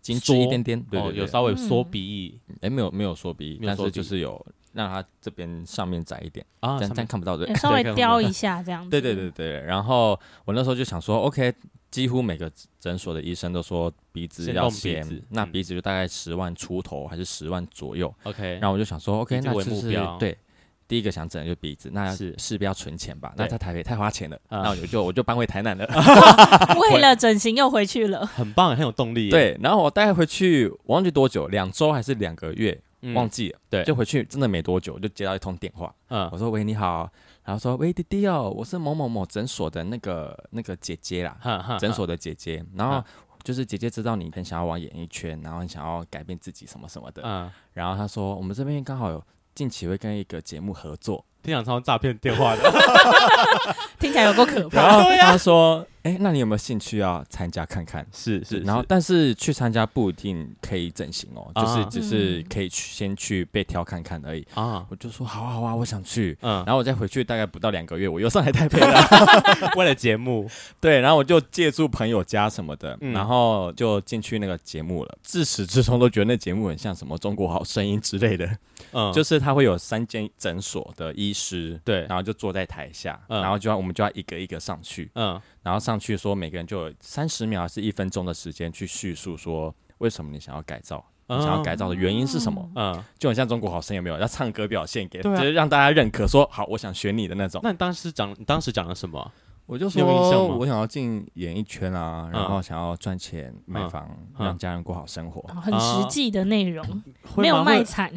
精致缩一点点。对对哦，对，有稍微缩嗯鼻翼哎，没有没有缩鼻，没有但缩是就鼻是有让它这边上面窄一点，啊这上样这样面看不到对也。稍微看不雕到一下这样子。对对对对，然后我那时候就想说，OK，几乎每个诊所的医生都说鼻子先要动鼻先，子那嗯鼻子就大概十万出头还是十万左右， OK，然后我就想说，OK，哎以这那为就目是标对。第一个想整的就是鼻子，那是势必要存钱吧？那对在台北太花钱了，啊那我就我就搬回台南了。 <laughs> 为了整形又回去 <laughs> 了，很棒，很有动力。，对，然后我带回去，我忘记多久，两周还是两个月，嗯忘记了。对就回去真的没多久，我就接到一通电话，我嗯说喂你好，然后说喂弟弟哦，我是某某某诊所的那个那个姐姐 <laughs> 啦，哈哈诊所的姐姐，然后啊就是姐姐知道你很想要往演艺圈，然后很想要改变自己什么什么的，嗯，然后她说我们这边刚好有近期会跟一个节目合作， <laughs> 听讲超诈骗电话的，听起来有够可怕。然后她说哎、那你有没有兴趣要参加看看？是是，然后但 <laughs> 是去参加不一定可以整形哦，就是啊只是嗯可以去先去被挑看看而已。啊， <laughs> 我就说好啊好啊，我想去。嗯，然后我再回去大概不到两个月，我又上来台北了。为了节目，对，然后我就借住朋友家什么的，嗯然后就进去那个节目了。自始至终都觉得那节目很像什么《中国好声音》之类的，嗯， <laughs> 就是他会有三间诊所的医师，对，然后就坐在台下，嗯然后就要我们就要一个一个上去，嗯然后上去说每个人就有三十秒还是一分钟的时间去叙述说为什么你想要改造，你想要改造的原因是什么，嗯，就很像《中国好声音》有没有？要唱歌表现给，对啊就是让大家认可说好，我想选你的那种。那你当时讲，你当时讲了什么？我就你有印象说，吗我想要进演艺圈啊，然嗯后想要赚钱买房，嗯让家人过好生活。很实际的内容，啊会没有吗卖会惨。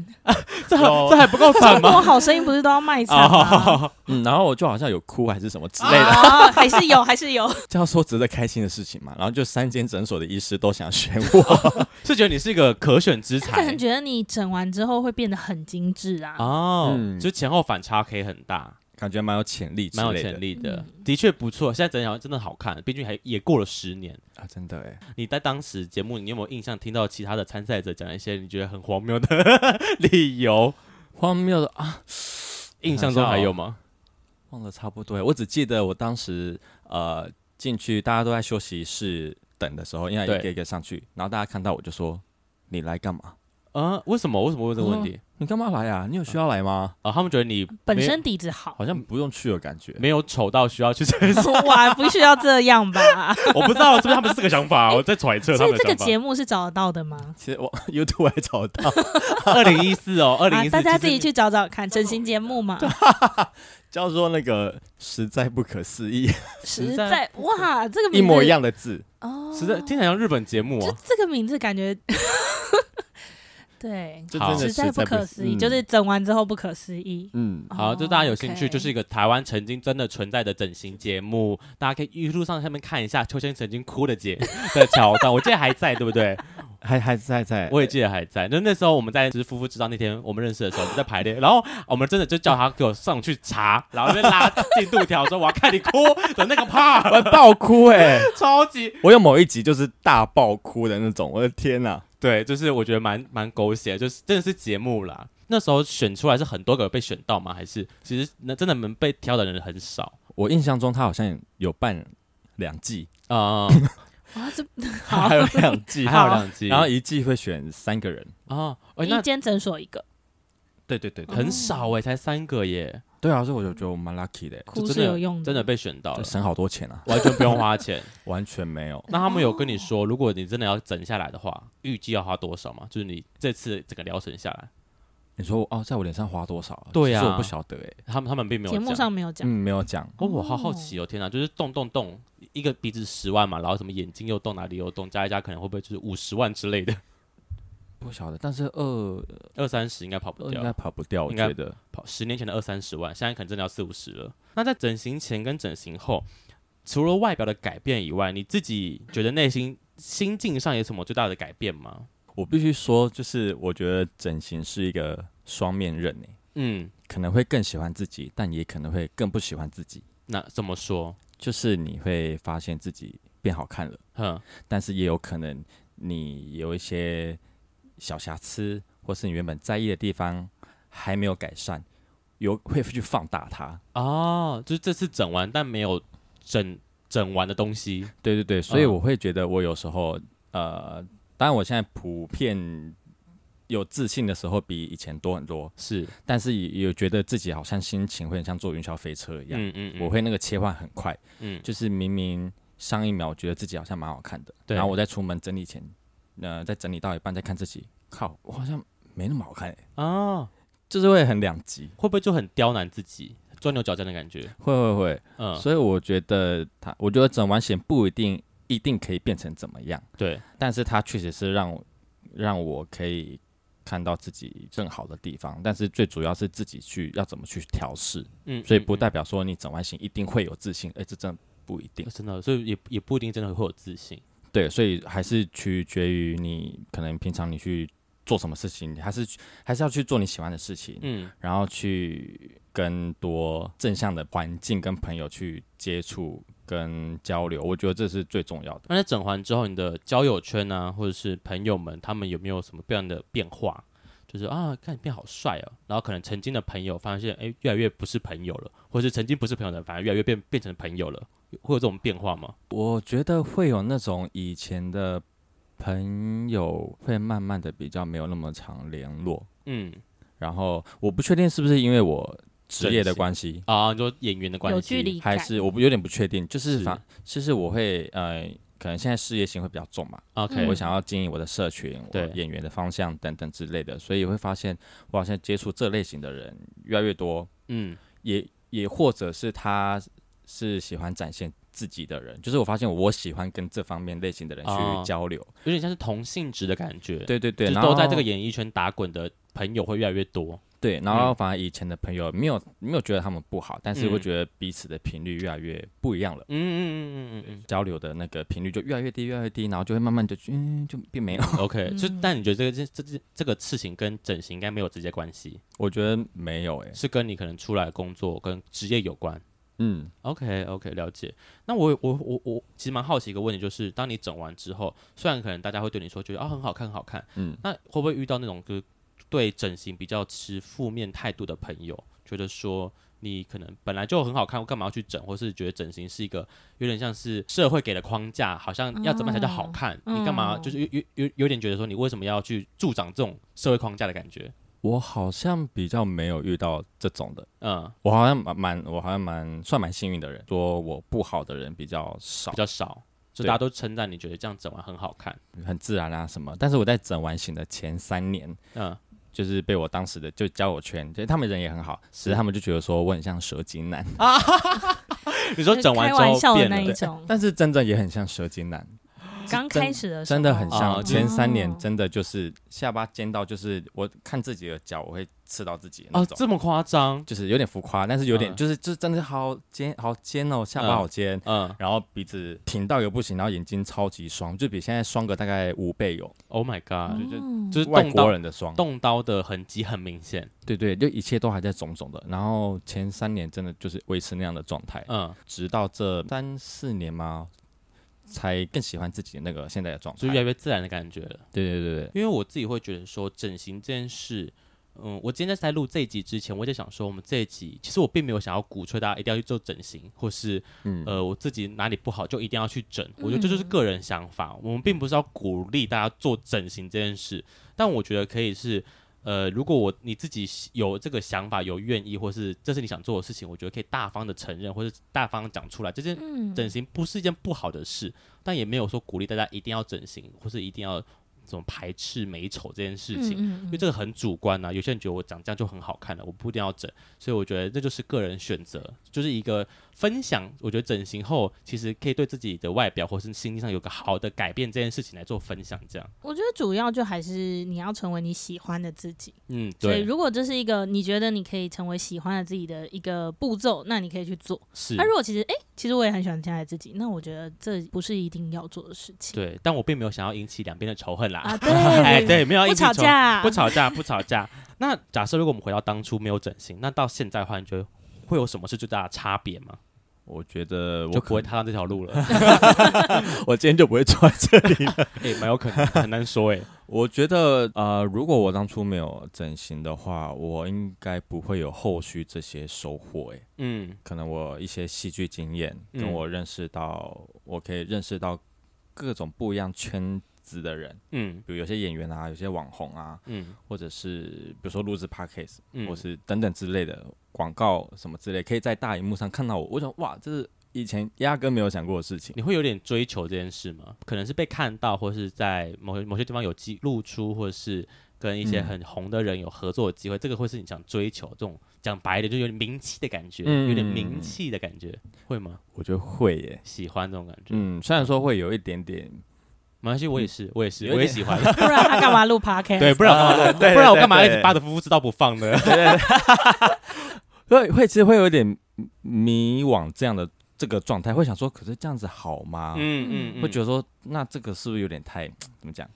这有这 <laughs> 还不够惨中国吗？好声音不是都要卖惨吗？ <laughs> 啊， <laughs> 嗯，然后我就好像有哭还是什么之 <laughs> 类的，哦，还是有，还是有。这样说值得开心的事情嘛。然后就三间诊所的医师都想选 <laughs> 我，是觉得你是一个可选之他可能才觉得你整完之后会变得很精致啊。哦嗯，就前后反差可以很大，感觉蛮有潜力之蛮有类的，潜力的嗯，的确不错。现在整想真的好看，毕竟还也过了十年。啊，真的哎。你在当时节目，你有没有印象听到其他的参赛者讲一些你觉得很荒谬的 <laughs> 理由？荒谬的啊，印象中还有吗？忘了差不多耶。欸我只记得我当时呃进去，大家都在休息室等的时候，因为对一个一个上去，然后大家看到我就说：“你来干嘛？啊，为什么？为什么问这个问题？你干嘛来啊？你有需要来吗嗯啊，他们觉得你本没有身底子好好，像不用去的感觉。没有丑到需要去诊所， <laughs> <laughs> 哇，不需要这样吧？我不知道是不是他们是这个想法，我在揣测他哎所以们这的个想法。节目是找得到的吗？其实我 <laughs> YouTube 还找到，二零一四哦，二零啊一，四，大家自己去找找看，整形节目 <laughs> 嘛，啊叫做那个实在不可思议，实实在在哇， <laughs> 这个名一字模一样的字。哦，实在听起来像日本节目就啊。这个名字感觉， <laughs> 对，就好真的实在不可思议，就是整完之后不可思议。嗯，嗯好，就大家有兴趣，哦 OK 就是一个台湾曾经真的存在的整形节目，大家可以 YouTube 上下面看一下秋千曾经哭的节的桥段，我记得还在，对不对？还还在在，我也记得还在。那那时候我们在就是夫妇知道那天我们认识的时候，我们在排练，然后我们真的就叫他给我上去查，然后就拉进度条说我要看你哭的那个 part，我爆哭哎、超级 <laughs> 我有某一集就是大爆哭的那种，我的天呐、对，就是我觉得蛮蛮狗血的，就是真的是节目啦。那时候选出来是很多个被选到吗？还是其实那真的能被挑的人很少我印象中他好像有办两季，啊？ <laughs> 哇，这好还有两 <laughs> 季，还有两集，然后一季会选三个人。啊，哎一那间诊所一个，对对对很少哎，才三个耶，对啊，所以我就觉得我蛮 lucky 的，哦哭就是真的有用真的被选到就了，省好多钱啊， <laughs> 完全不用 <laughs> 花钱。完全没有。那他们有跟你说，如果你真的要整下来的话，预计要花多少吗？就是你这次整个疗程下来，你说我哦，在我脸上花多少啊？对啊其实我不晓得哎、他们他们并没有节目讲。上没有讲嗯，没有讲。哦，我好好奇哦，天哪！就是动动动，一个鼻子十万嘛，然后什么眼睛又动，哪里又动，加一加可能会不会就是五十万之类的，不晓得，但是二二三十应该跑不二应该掉。跑不掉，我应该觉得。跑十年前的二三十万，现在可能真的要四五十了。那在整形前跟整形后，除了外表的改变以外，你自己觉得内心心境上有什么最大的改变吗？我必须说，就是我觉得整形是一个双面刃诶、嗯，可能会更喜欢自己，但也可能会更不喜欢自己。那怎么说？就是你会发现自己变好看了，哼，但是也有可能你有一些小瑕疵，或是你原本在意的地方还没有改善，有会去放大它。哦，就是这次整完但没有整整完的东西，对对对，所以嗯我会觉得我有时候呃，当然我现在普遍有自信的时候比以前多很多，是，但是也有觉得自己好像心情会很像坐云霄飞车一样，嗯嗯，嗯我，会那个切换很快，嗯，就是明明上一秒我觉得自己好像蛮好看的，对然后我在出门整理前，呃，在整理到一半再看自己，靠，我好像没那么好看、欸，啊，就是会很两极，会不会就很刁难自己，钻牛角尖的感觉？会会会，嗯，所以我觉得他，我觉得整完险不一定一定可以变成怎么样，对，但是它确实是让我让我可以看到自己正好的地方，但是最主要是自己去要怎么去调试，嗯，所以嗯不嗯代表说你整完型一定会有自信，哎、这真的不一定。嗯真的，所以也也不一定真的会有自信。对，所以还是取决于你可能平常你去做什么事情，你还是还是要去做你喜欢的事情，嗯，然后去跟多正向的环境跟朋友去接触跟交流，我觉得这是最重要的。那在整环之后，你的交友圈啊，或者是朋友们，他们有没有什么不一样的变化？就是啊，看你变好帅哦，然后可能曾经的朋友发现，哎，越来越不是朋友了，或者是曾经不是朋友的，反而越来越变变成朋友了，会有这种变化吗？我觉得会有那种以前的朋友会慢慢的比较没有那么常联络，嗯，然后我不确定是不是因为我职业整的形关系，啊，你说演员的关系，有距离还感是我不有点不确定，就是是反就是我会呃，可能现在事业心会比较重嘛， ，OK，我嗯想要经营我的社群，我对演员的方向等等之类的，所以会发现我好像接触这类型的人越来越多，嗯，也也或者是他是喜欢展现自己的人，就是我发现我喜欢跟这方面类型的人哦去交流，有点像是同性质的感觉，，对对对，就是然都后在这个演艺圈打滚的朋友会越来越多，对，然后嗯反而以前的朋友没有没有觉得他们不好，但是嗯会觉得彼此的频率越来越不一样了。嗯嗯嗯嗯 <laughs> 嗯交流的那个频率就越来越低，越来越低，然后就会慢慢就嗯就并没有。嗯，OK，就但你觉得这个这这这个事情跟整形应该没有直接关系？ <laughs> 我觉得没有欸诶、是跟你可能出来工作跟职业有关。嗯， OK OK，了解。那我我我我其实蛮好奇一个问题，就是当你整完之后，虽然可能大家会对你说觉得啊很好看很好看，嗯，那会不会遇到那种就是对整形比较持负面态度的朋友，觉得说你可能本来就很好看，干嘛要去整，或是觉得整形是一个有点像是社会给的框架，好像要怎么样才叫好看，你干嘛嗯就是有有有有点觉得说你为什么要去助长这种社会框架的感觉？我好像比较没有遇到这种的，嗯，我好像蛮蛮我好像蛮算蛮幸运的人，说我不好的人比较少比，较少，就对大家都称赞你觉得这样整完很好看。很自然啊什么。但是我在整完型的前三年， <laughs> 嗯，就是被我当时的就交友圈，就是他们人也很好，只是他们就觉得说我很像蛇精男，你说就是整完开之玩后笑的变那一了，种，但是真的也很像蛇精男，刚开始的时候真的很像。哦前三年哦真的就是下巴尖到，就是我看自己的脚，我会刺到自己的那哦，种。这么夸张？就是有点浮夸，但是有点、嗯就是就是真的好尖好尖哦，下嗯巴好尖，嗯然后鼻子挺到一个不行，然后眼睛超级双，就比现在双个大概五倍有， ，Oh my god，就哦就是外动国刀人的双。动刀的痕迹很明显。对对，就一切都还在肿肿的。然后前三年真的就是维持那样的状态，嗯，直到这三四年嘛，才更喜欢自己那个现在的状态。就越来越自然的感觉了。对对对对，因为我自己会觉得说，整形这件事，嗯，我今天在录这一集之前，我就想说，我们这一集其实我并没有想要鼓吹大家一定要去做整形，或是嗯，呃我自己哪里不好就一定要去整。我觉得这就是个人想法，我们并不是要鼓励大家做整形这件事，但我觉得可以是。呃，如果我你自己有这个想法、有愿意，或是这是你想做的事情，我觉得可以大方的承认，或是大方地讲出来，这件嗯整形不是一件不好的事，但也没有说鼓励大家一定要整形，或是一定要怎么排斥美丑这件事情，嗯因为这个很主观啊呐、有些人觉得我长这样就很好看了，我不一定要整，所以我觉得这就是个人选择，就是一个分享，我觉得整形后其实可以对自己的外表或是心境上有个好的改变这件事情来做分享，这样，我觉得主要就还是你要成为你喜欢的自己。嗯，所以对，如果这是一个你觉得你可以成为喜欢的自己的一个步骤，那你可以去做。是那、，如果其实哎、其实我也很喜欢现在的自己，那我觉得这不是一定要做的事情。对，但我并没有想要引起两边的仇恨啦，啊，对， <laughs> 哎，对，没有要不引起吵仇啊架，不吵架，不吵架。那假设如果我们回到当初没有整形，那到现在的话，你觉得会有什么是最大的差别吗？我觉得我就不会可 <laughs> 踏上这条路了。能，我今天就不会坐在这里了。哎，蛮有可能，很难说哎。我觉得，呃，如果我当初没有整形的话，我应该不会有后续这些收获。诶，嗯可能我一些戏剧经验，嗯跟我认识到，我可以认识到各种不一样圈子的人，嗯比如有些演员啊，有些网红啊，嗯或者是比如说录制 podcast，、嗯，或是等等之类的广告什么之类，可以在大荧幕上看到我。我想，哇，这是以前压根没有想过的事情。你会有点追求这件事吗？可能是被看到，或是在某些某些地方有机露出，或者是跟一些嗯很红的人有合作的机会，这个会是你想追求这种讲白的，就有点名气的感觉，嗯有点名气的感觉，会吗？我觉得会耶，喜欢这种感觉？嗯，虽然说会有一点点，没关系，我也是，我也是，有一我也点喜欢。不然他干嘛录 podcast？对，不然我干嘛啊录？对不然我干嘛对一对直扒着夫妇知道不放呢？ <laughs> 会会其实会有一点迷惘这样的这个状态，会想说，可是这样子好吗？嗯会觉得得说，那这个是不是有点太怎么讲？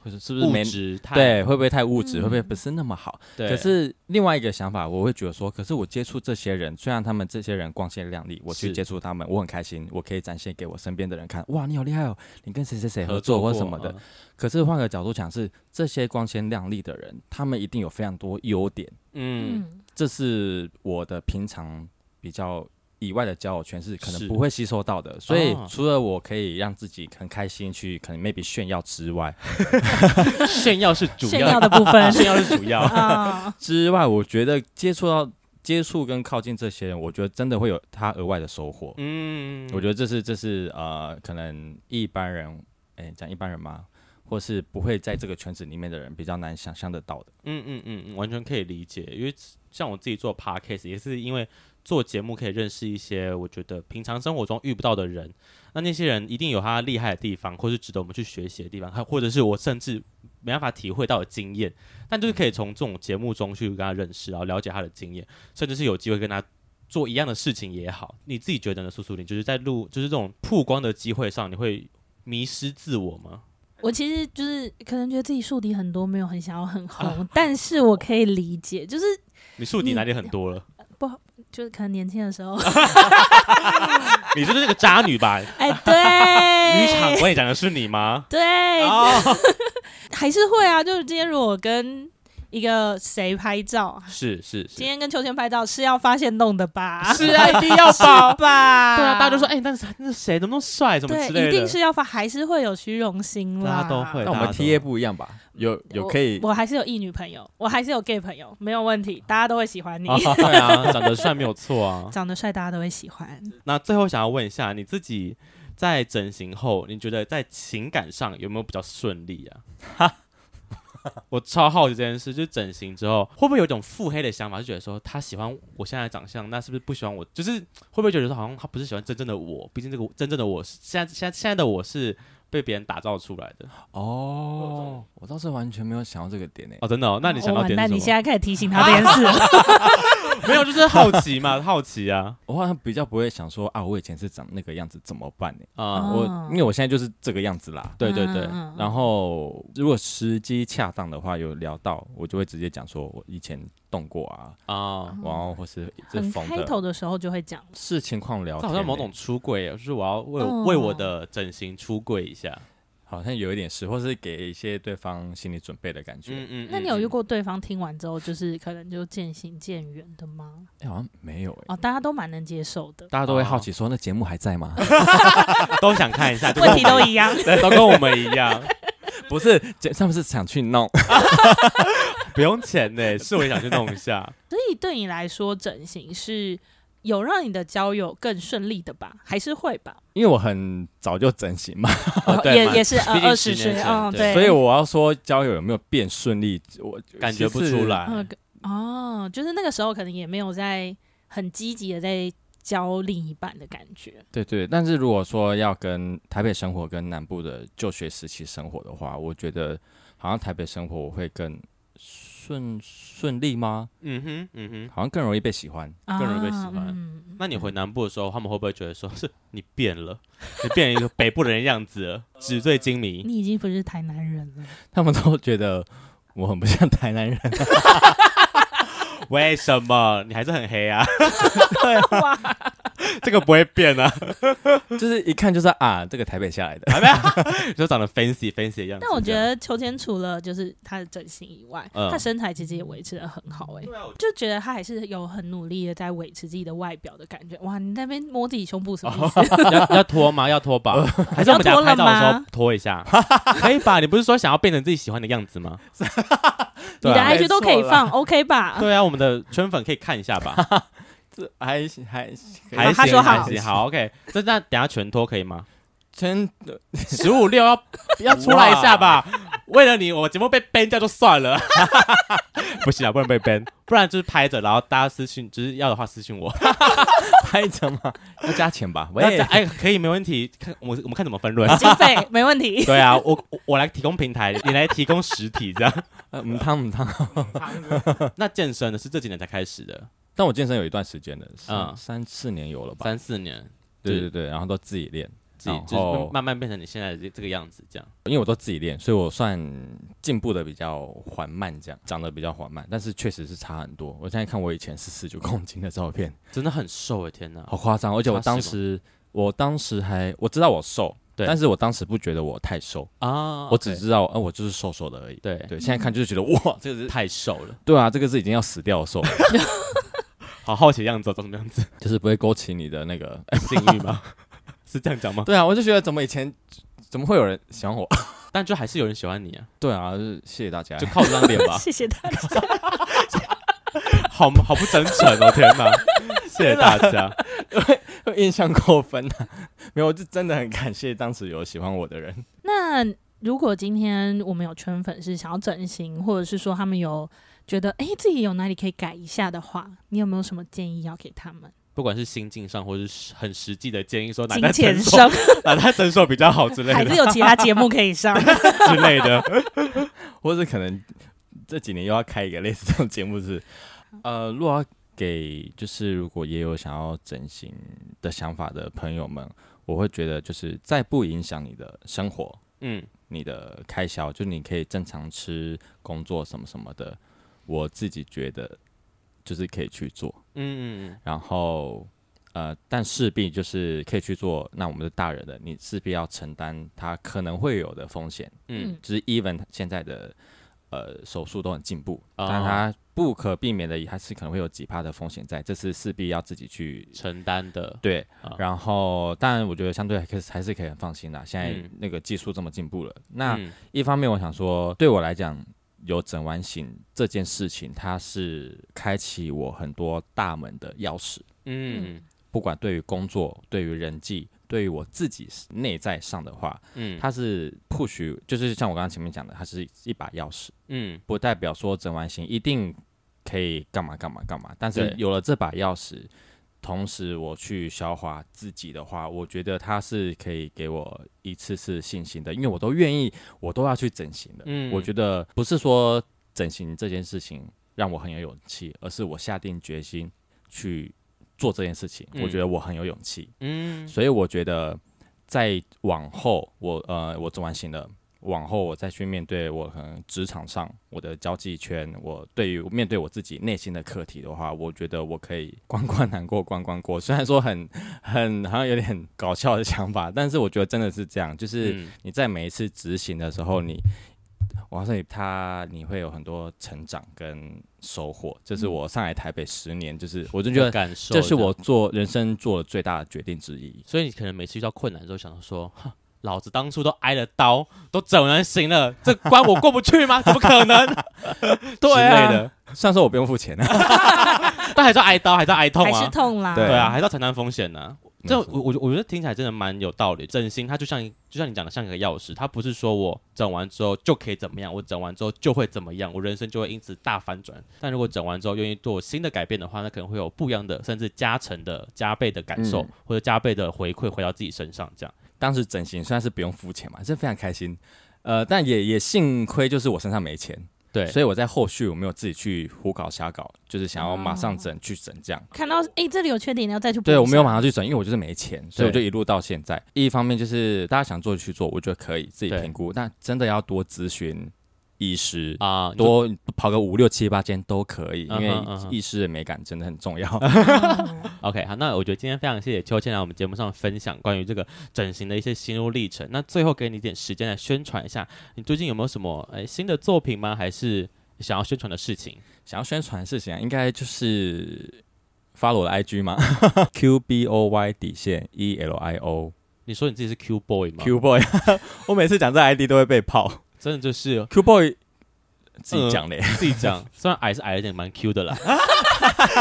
或者是不是物没质太对，会不会太物质？嗯会不会不是那么好？对，可是另外一个想法，我会觉得说，可是我接触这些人，虽然他们这些人光鲜亮丽，我去是接触他们，我很开心，我可以展现给我身边的人看，哇，你好厉害哦，你跟谁谁谁合作过嗯啊或什么的。，可是换个角度讲是，这些光鲜亮丽的人，他们一定有非常多优点，嗯嗯，这是我的平常比较。以外的交友圈是可是能不会吸收到的，所以哦除了我可以让自己很开心去，可能 maybe 炫耀之外，嗯，炫耀是主炫要耀的部分炫耀 <laughs> 是主要。啊，之外，我觉得接触到接触跟靠近这些人，我觉得真的会有他额外的收获。嗯，我觉得这是这是呃，可能一般人，哎、讲一般人吗？或是不会在这个圈子里面的人比较难想象得到的。嗯嗯嗯，嗯完全可以理解，因为像我自己做 podcast 也是因为做节目可以认识一些我觉得平常生活中遇不到的人，那那些人一定有他厉害的地方，或是值得我们去学习的地方，还或者是我甚至没办法体会到的经验，但就是可以从这种节目中去跟他认识，然后了解他的经验，甚至是有机会跟他。做一样的事情也好，你自己觉得呢？苏苏林就是在录，就是这种曝光的机会上，你会迷失自我吗？我其实就是可能觉得自己树敌很多，没有很想要很红，啊但是我可以理解，就是你树敌你哪里很多了？就是可能年轻的时 <laughs> 候，你就是那个渣女吧？哎，渔场对，我也讲的是你吗？对，哦，还是会啊，就是今天如果我跟一个谁拍照，是是今是，天跟秋千拍照是要发现弄的吧？是啊，一定要 <laughs> 是吧？吧？对啊，大家就说，哎，那是那是谁怎么那么帅，什么之对，类一定的。是要发，还是会有虚荣心啦，大家都会那我大们家都 T A 不一样吧？有有可以，我，我还是有异女朋友，我还是有 gay 朋友，没有问题，大家都会喜欢你，啊，对啊，长得帅没有错啊。长得帅大家都会喜欢。 <laughs> 那最后想要问一下，你自己在整形后，你觉得在情感上有没有比较顺利啊？ <laughs> 我超好奇这件事，就是整形之后会不会有一种腹黑的想法，就觉得说他喜欢我现在的长相，那是不是不喜欢我？就是会不会觉得说好像他不是喜欢真正的我？毕竟这个真正的我是现在现在现在的我是被别人打造出来的哦，我倒是完全没有想到这个点诶、哦，真的、哦？那你想哦到完点蛋是你什现在开始提醒他这件事 <laughs> 了，么？没有，就是好 <laughs> 奇嘛，好奇啊我好像比较不会想说啊，我以前是长那个样子怎么办呢、啊、哦我因为我现在就是这个样子啦。对对对，嗯然后如果时机恰当的话，有聊到，我就会直接讲说我以前动过啊，哦啊，然后或是这很缝开的，头的时候就会讲，视情况聊这天欸、好像某种出柜哦，就是我要为、嗯为我的整形出柜一下。好像有一点是，或是给一些对方心理准备的感觉。哎、嗯那你有遇？过对方听完之后就是可能就渐行渐远的吗？好像没有哎、哦，大家都蛮能接受的，大家都会好奇说，那节目还在吗？啊都想看一 <laughs> 下，就跟问我题们都一样。都跟我们一样， <laughs> 不是，节他们是想去弄。不用钱呢，是我也想去弄一下。所以对你来说，整形是有让你的交友更顺利的吧？还是会吧？因为我很早就整形嘛， <laughs> 哦对也嘛也是毕二竟二10十年岁，前嗯，对对。所以我要说交友有没有变顺利，我感呃哦觉不出。来，嗯，哦，就是那个时候可能也没有在很积极的在交另一半的感觉。对对，但是如果说要跟台北生活跟南部的就学时期生活的话，我觉得好像台北生活我会更顺顺利吗？嗯哼，嗯哼。好像更容易被喜欢。 <laughs> 更容易被喜欢嗯、那你回南部的时候，他们会不会觉得说是你变了，你变一个北部人的样子了，纸醉金迷？你已经不是台南人了。他们都觉得我很不像台南人， <laughs> 为什么？你还是很黑 <laughs> 啊？对啊，这个不会变啊，就是一看就是啊，这个台北下来的。 <laughs> 就长得 fancy fancy 的样子。但我觉，得秋千除了就是她的整形以外，嗯她、身材其实也维持的很好哎、就觉得她还是有很努力的在维持自己的外表的感觉。哇，你在那边摸自己胸部什么意思？ <laughs> 要要脱吗？要脱 <laughs> 吧？还是我们等要脱下拍了照的时候吗脱一 <laughs> 下？可以吧？你不是说想要变成自己喜欢的样子吗？你 <laughs> 对的啊，没 IG 都可以错啦放，OK 吧？ <laughs> 对啊，我们的圈粉可以看一下 <laughs> 吧？这还还还他行说还好行，好 OK。这那等下全脱可以吗？真的十五六要要出来一下吧。为了你，我节目被 ban 掉就算了， <laughs> 不行啊，不能被 ban，不然就是拍着，然后大家私信，就是要的话私信我。拍着吗？ <laughs> 要加钱吧？那这喂样，哎，可以没问题，看我们我们看怎么分论。经费没问 <laughs> 题。对啊，我我我来提供平台，你来提供实体这样。呃母汤母汤。 <laughs> 那健身呢是这几年才开始的，但我健身有一段时间的，嗯，嗯三四年有了吧？三四年，对对对，然后都自己练，自己然就是后慢慢变成你现在的这个样子这样。因为我都自己练，所以我算进步的比较缓慢，这样长得比较缓慢，但是确实是差很多。我现在看我以前是十九公斤的照 <laughs> 片，真的很瘦哎，天哪！好夸张，而且我差10当时我当时还我知道我瘦，对但是我当时不觉得我太瘦，啊我只知道呃我就是瘦瘦的而已。对对，现在看就是觉得哇，这个是太瘦了，对啊，这个是已经要死掉的瘦，好好奇的样子哦，长什么样 <laughs> 子？ <laughs> 就是不会勾起你的那个。性欲吗？ <laughs> 是这样讲吗？ <laughs> 对啊，我就觉得怎么以前怎么会有人喜欢我？ <laughs> 但就还是有人喜欢你啊，对啊，就是谢谢大家就。靠这张脸吧，谢谢大家。好好不真诚哦，天 <laughs> 哪！谢谢大家，会 <laughs> 印象扣分啊！没有，就真的很感谢当时有喜欢我的人。那如果今天我们有圈粉是想要整形，或者是说他们有觉得哎、诶自己有哪里可以改一下的话，你有没有什么建议要给他们？不管是心境上，或是很实际的建议，说哪金家钱诊所生 <laughs> 哪家诊所比较好之类还的是有其他节目可以 <laughs> 上？之类的。 <laughs> 或者可能这几年又要开一个类似这种节目是，呃，如果要给就是如果也有想要整形的想法的朋友们，我会觉得就是在不影响你的生活、嗯，你的开销，就你可以正常吃、工作什么什么的，我自己觉得就是可以去做。嗯，然后呃，但势必就是可以去做。那我们是大人的，你势必要承担它可能会有的风险。嗯嗯就是 even 现在的呃手术都很进步，哦但它不可避免的还是可能会有几趴的风险在，这是势必要自己去。承担的，对啊，然后当然我觉得相对还是还是可以很放心啦。现在嗯那个技术这么进步了，那嗯一方面我想说，对我来讲，有整完形这件事情，它是开启我很多大门的钥匙。嗯不管对于工作、对于人际、对于我自己内在上的话，嗯，它是 push，就是像我刚刚前面讲的，它是一把钥匙，嗯不代表说整完型一定可以干嘛干嘛干嘛。但是对有了这把钥匙，同时我去消化自己的话，我觉得它是可以给我一次次信心的，因为我都愿意，我都要去整形的。嗯我觉得不是说整形这件事情让我很有勇气，而是我下定决心去做这件事情，嗯我觉得我很有勇气。嗯所以我觉得在往后，我呃我做完型了，往后我再去面对我可能职场上我的交际圈，我对于面对我自己内心的课题的话，我觉得我可以 <laughs> 关关难过关关过。虽然说很很好像有点搞笑的想法，但是我觉得真的是这样，就是。嗯你在每一次执行的时候，你，我告诉你，他你会有很多成长跟收获。这是我上来台北十年，就是我就觉有得嗯感受，这是我。做人生做的最大的决定之一。所以你可能每次遇到困难的时候，想说，哼老子当初都挨了刀，都整人形了，这关我过不去吗？怎么可能？ <laughs> 对啊之类的，虽然说我不用付钱啊， <laughs> 但还是要挨刀，还是要挨痛还啊是，痛啦？对对啊，还是要承担风险呢、这没错我我我觉得听起来真的蛮有道理。整形它就像一就像你讲的像一个钥匙，它不是说我整完之后就可以怎么样，我整完之后就会怎么样，我人生就会因此大反转。但如果整完之后愿意做新的改变的话，那可能会有不一样的，甚至加成的、加倍的感受、嗯或者加倍的回馈回到自己身上。这样，当时整形虽然是不用付钱嘛，这非常开心，呃，但也也幸亏就是我身上没钱，对，所以我在后续我没有自己去胡搞瞎搞，就是想要马上整、去整这样。嗯看到哎、这里有缺点，你要再去补一对，下我没有马上去整，因为我就是没钱，所以我就一路到现在。一方面就是大家想做就去做，我觉得可以自己对评估，但真的要多咨询医师，啊、你多跑个五六七八间都可以，因为嗯哼嗯哼医师的美感真的很重要。 OK，好，那我觉得今天非常谢谢秋千来我们节目上分享关于这个整形的一些心路历程。那最后给你一点时间来宣传一下，你最近有没有什么诶新的作品吗？还是想要宣传的事情？想要宣传的事情、啊，应该就是发了我的 IG 嘛，Q B O Y 底线 E L I O 你说你自己是 Q boy 吗 Q Boy，我 <laughs> 每次讲这 ID 都会被泡真的就是 Q Boy 自己讲的耶、自己讲，虽然矮是矮一点，蛮 Q 的啦，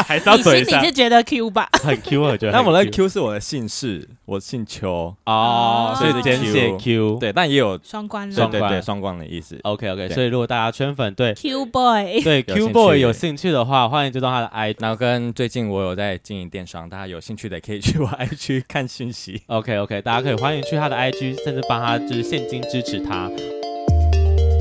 还是你心里是觉得 Q 吧？很 Q，我觉得很 Q。 <laughs> 那我的 Q 是我的姓氏，我姓邱，哦，所所以以是简写 Q Q。对，但也有双关了对双对关对双关的意思。 ，OK OK，对所以如果大家圈粉 <laughs> 对 Q boy，对有兴 Q 趣 boy 有兴趣的话，欢迎追踪他的 I。然后跟最近我有在经营电商，大家有兴趣的可以去我 IG 看讯息。 OK OK，大家可以欢迎去他的 IG，甚至帮他就是现金支持他。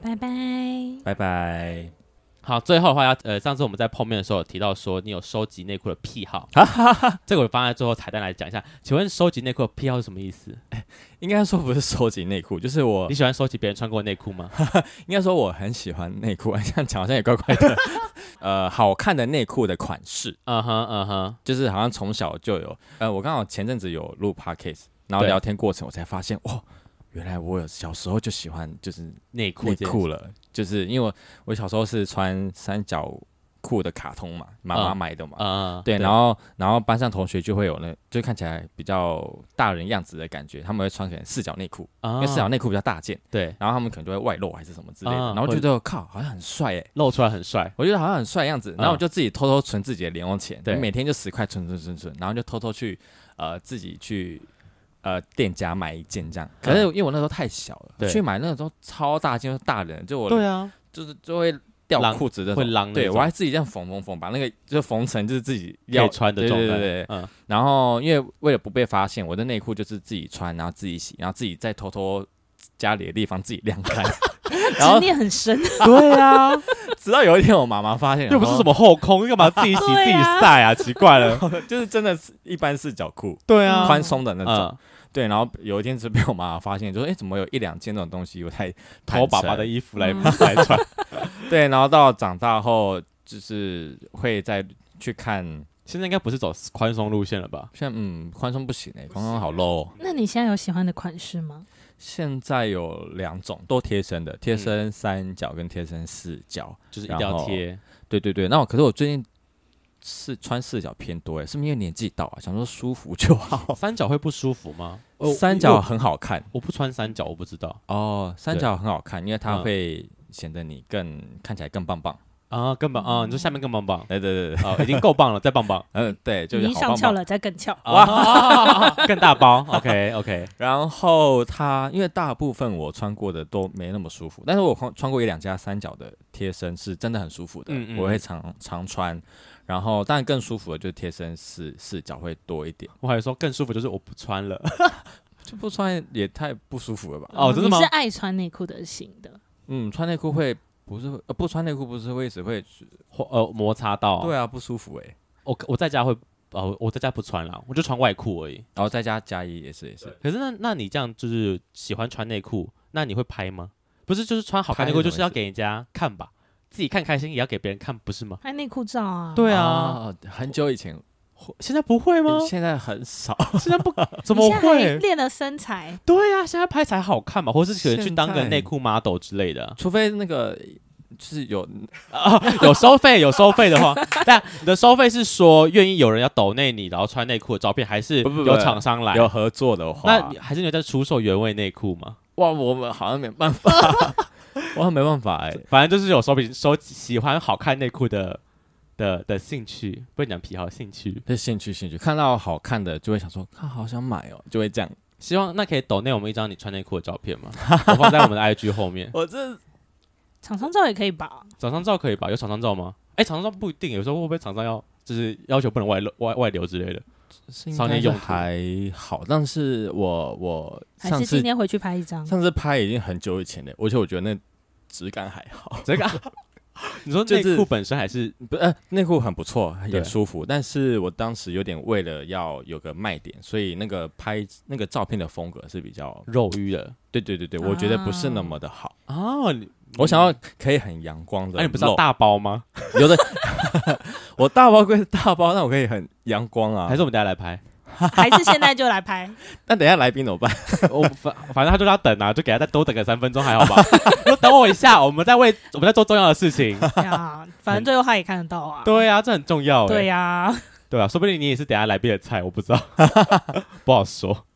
拜拜。拜拜。好，最后的话要呃，上次我们在碰面的时候有提到说你有收集内裤的癖好，这个我放在最后彩蛋来讲一下。请问收集内裤的癖好是什么意思？应该说不是收集内裤，就是我 <laughs> 你喜欢收集别人穿过的内裤 <laughs> 吗？应该说我很喜欢内裤， <laughs> 这样讲好像也怪怪 <laughs> 的。呃，好看的内裤的款式，嗯哼嗯哼，就是好像从小就有。呃，我刚好前阵子有录 podcast，然后对聊天过程我才发现，哇，原来我有小时候就喜欢就是内裤内这件裤了，就是因为我我小时候是穿三角裤的卡通嘛，妈妈嗯买的嘛。啊、嗯对，然后然后班上同学就会有那，就看起来比较大人样子的感觉，他们会穿可能四角内裤，因啊为四角内裤比较大件，对然后他们可能就会外露还是什么之类的，啊然后会觉得靠，好像很帅哎、露出来很帅，我觉得好像很帅样子，然后我嗯就自己偷偷存自己的零用钱，对每天就十块存存存存，然后就偷偷去呃自己去呃店家买一件这样。可是因为我那时候太小了，啊对去买那个时候超大件，就是大人，就我啊，就是就会掉狼裤子的，会狼那对种我还自己这样缝缝缝，把那个就缝成就是自己可要以穿的对状态。对对对嗯，然后因为为了不被发现，我的内裤就是自己穿，然后自己洗，然后自己再偷偷家里的地方自己晾干。然执后念很深，对啊， <laughs> 直到有一天我妈妈发现，又不是什么，么后 <laughs> 空，干嘛自己洗自对己啊 <laughs> 晒啊？奇怪了，就是真的是一般四角裤， <laughs> 对啊宽松的那种。嗯，对，然后有一天是被我妈妈发现，就说哎，怎么有一两件这种东西，我才 <laughs> 偷爸爸坦的诚衣服来嗯来 <laughs> 穿，对，然后到长大后就是会再去看，现在应该不是走宽松路线了吧？现在嗯宽松不行哎、宽松好 low、哦。那你现在有喜欢的款式吗？现在有两种都贴身的，贴身三角跟贴身四角。就是一定要贴，对对对，那我可是我最近是穿四角偏多哎，是不是因为年纪到啊？想说舒服就好。三角会不舒服吗？哦三角很好看我不穿三角，我不知道哦，三对角很好看，因为它嗯会显得你更看起来更棒棒。啊，更棒啊！你说下面更棒棒对对对对，啊，已经够棒 <laughs> 了，再棒棒嗯对，就是你一好上棒翘棒。了，再更翘。啊，更大包。OK OK，然后它因为大部分我穿过的都没那么舒服，但是我穿穿过一两家三角的贴身是真的很舒服的，嗯嗯我会常常穿。然后但更舒服的就是贴身四四角会多一点，我还说更舒服就是我不穿了，哦就不穿也太不舒服了吧？哦真的嗯吗你是爱穿内裤的型的，嗯，穿内裤会不是会呃不穿内裤不是会一直会或呃摩擦到。对啊不舒服哎、我我在家会呃我在家不穿啦，我就穿外裤而已。然后在家加一也是也是，可是那那你这样就是喜欢穿内裤，那你会拍吗？不是，就是穿好看拍内裤，就是什么是要意思给人家看吧，自己看开心也要给别人看，不是吗？拍内裤照啊。对啊，哦，很久以前现在不会吗？现在很少，现在不怎你么现在还会？练了身材，对呀、现在拍才好看嘛，或是可能去当个现在内裤 model 之类的啊。除非那个就是有啊，有收费，有收费的话， <laughs> 但你的收费是说愿意有人要抖内你，然后穿内裤的照片，还是不不不有厂商来？有合作的话，那你还是你有在出售原味内裤吗？哇，我们好像没办法， <laughs> 我好像没办法哎、反正就是有收比收喜欢好看内裤的的的兴趣，不能讲癖好，兴趣。被兴趣兴趣，看到好看的就会想说，他好想买哦，就会这样。希望那可以抖内我们一张你穿内裤的照片 <laughs> 吗？我放在我们的 IG 后面。我这厂商照也可以吧？厂商照可以吧？有厂商照吗？哎、厂商照不一定，有时候会不会厂商要就是要求不能外露外外流之类的？是应商业该是用途还好，但是我我还上是次今天回去拍一 <laughs> 张？上次拍已经很久以前了，而且我觉得那质感还好，这个啊 <laughs> 你说就内是裤本身还是不呃内裤很不错，对也舒服，但是我当时有点为了要有个卖点，所以那个拍那个照片的风格是比较，肉欲的对对对对，我觉得不是那么的好。啊？你我想要可以很阳光的那、露，你不是要大包吗？有的， <laughs> 我大包归大包，那我可以很阳光啊。还是我们大家来拍？还是现在就来拍？ <laughs> 那等一下来宾怎么办？我反反正他就要等啊，就给他再多等个三分钟，还好 <laughs> 吧？说等我一下，我们在为我们在做重要的事情。呀，啊反正最后他也看得到啊。 <laughs> 对啊，这很重要、欸。对呀、 <laughs> 对啊，说不定你也是等下来宾的菜，我不知道，不好说。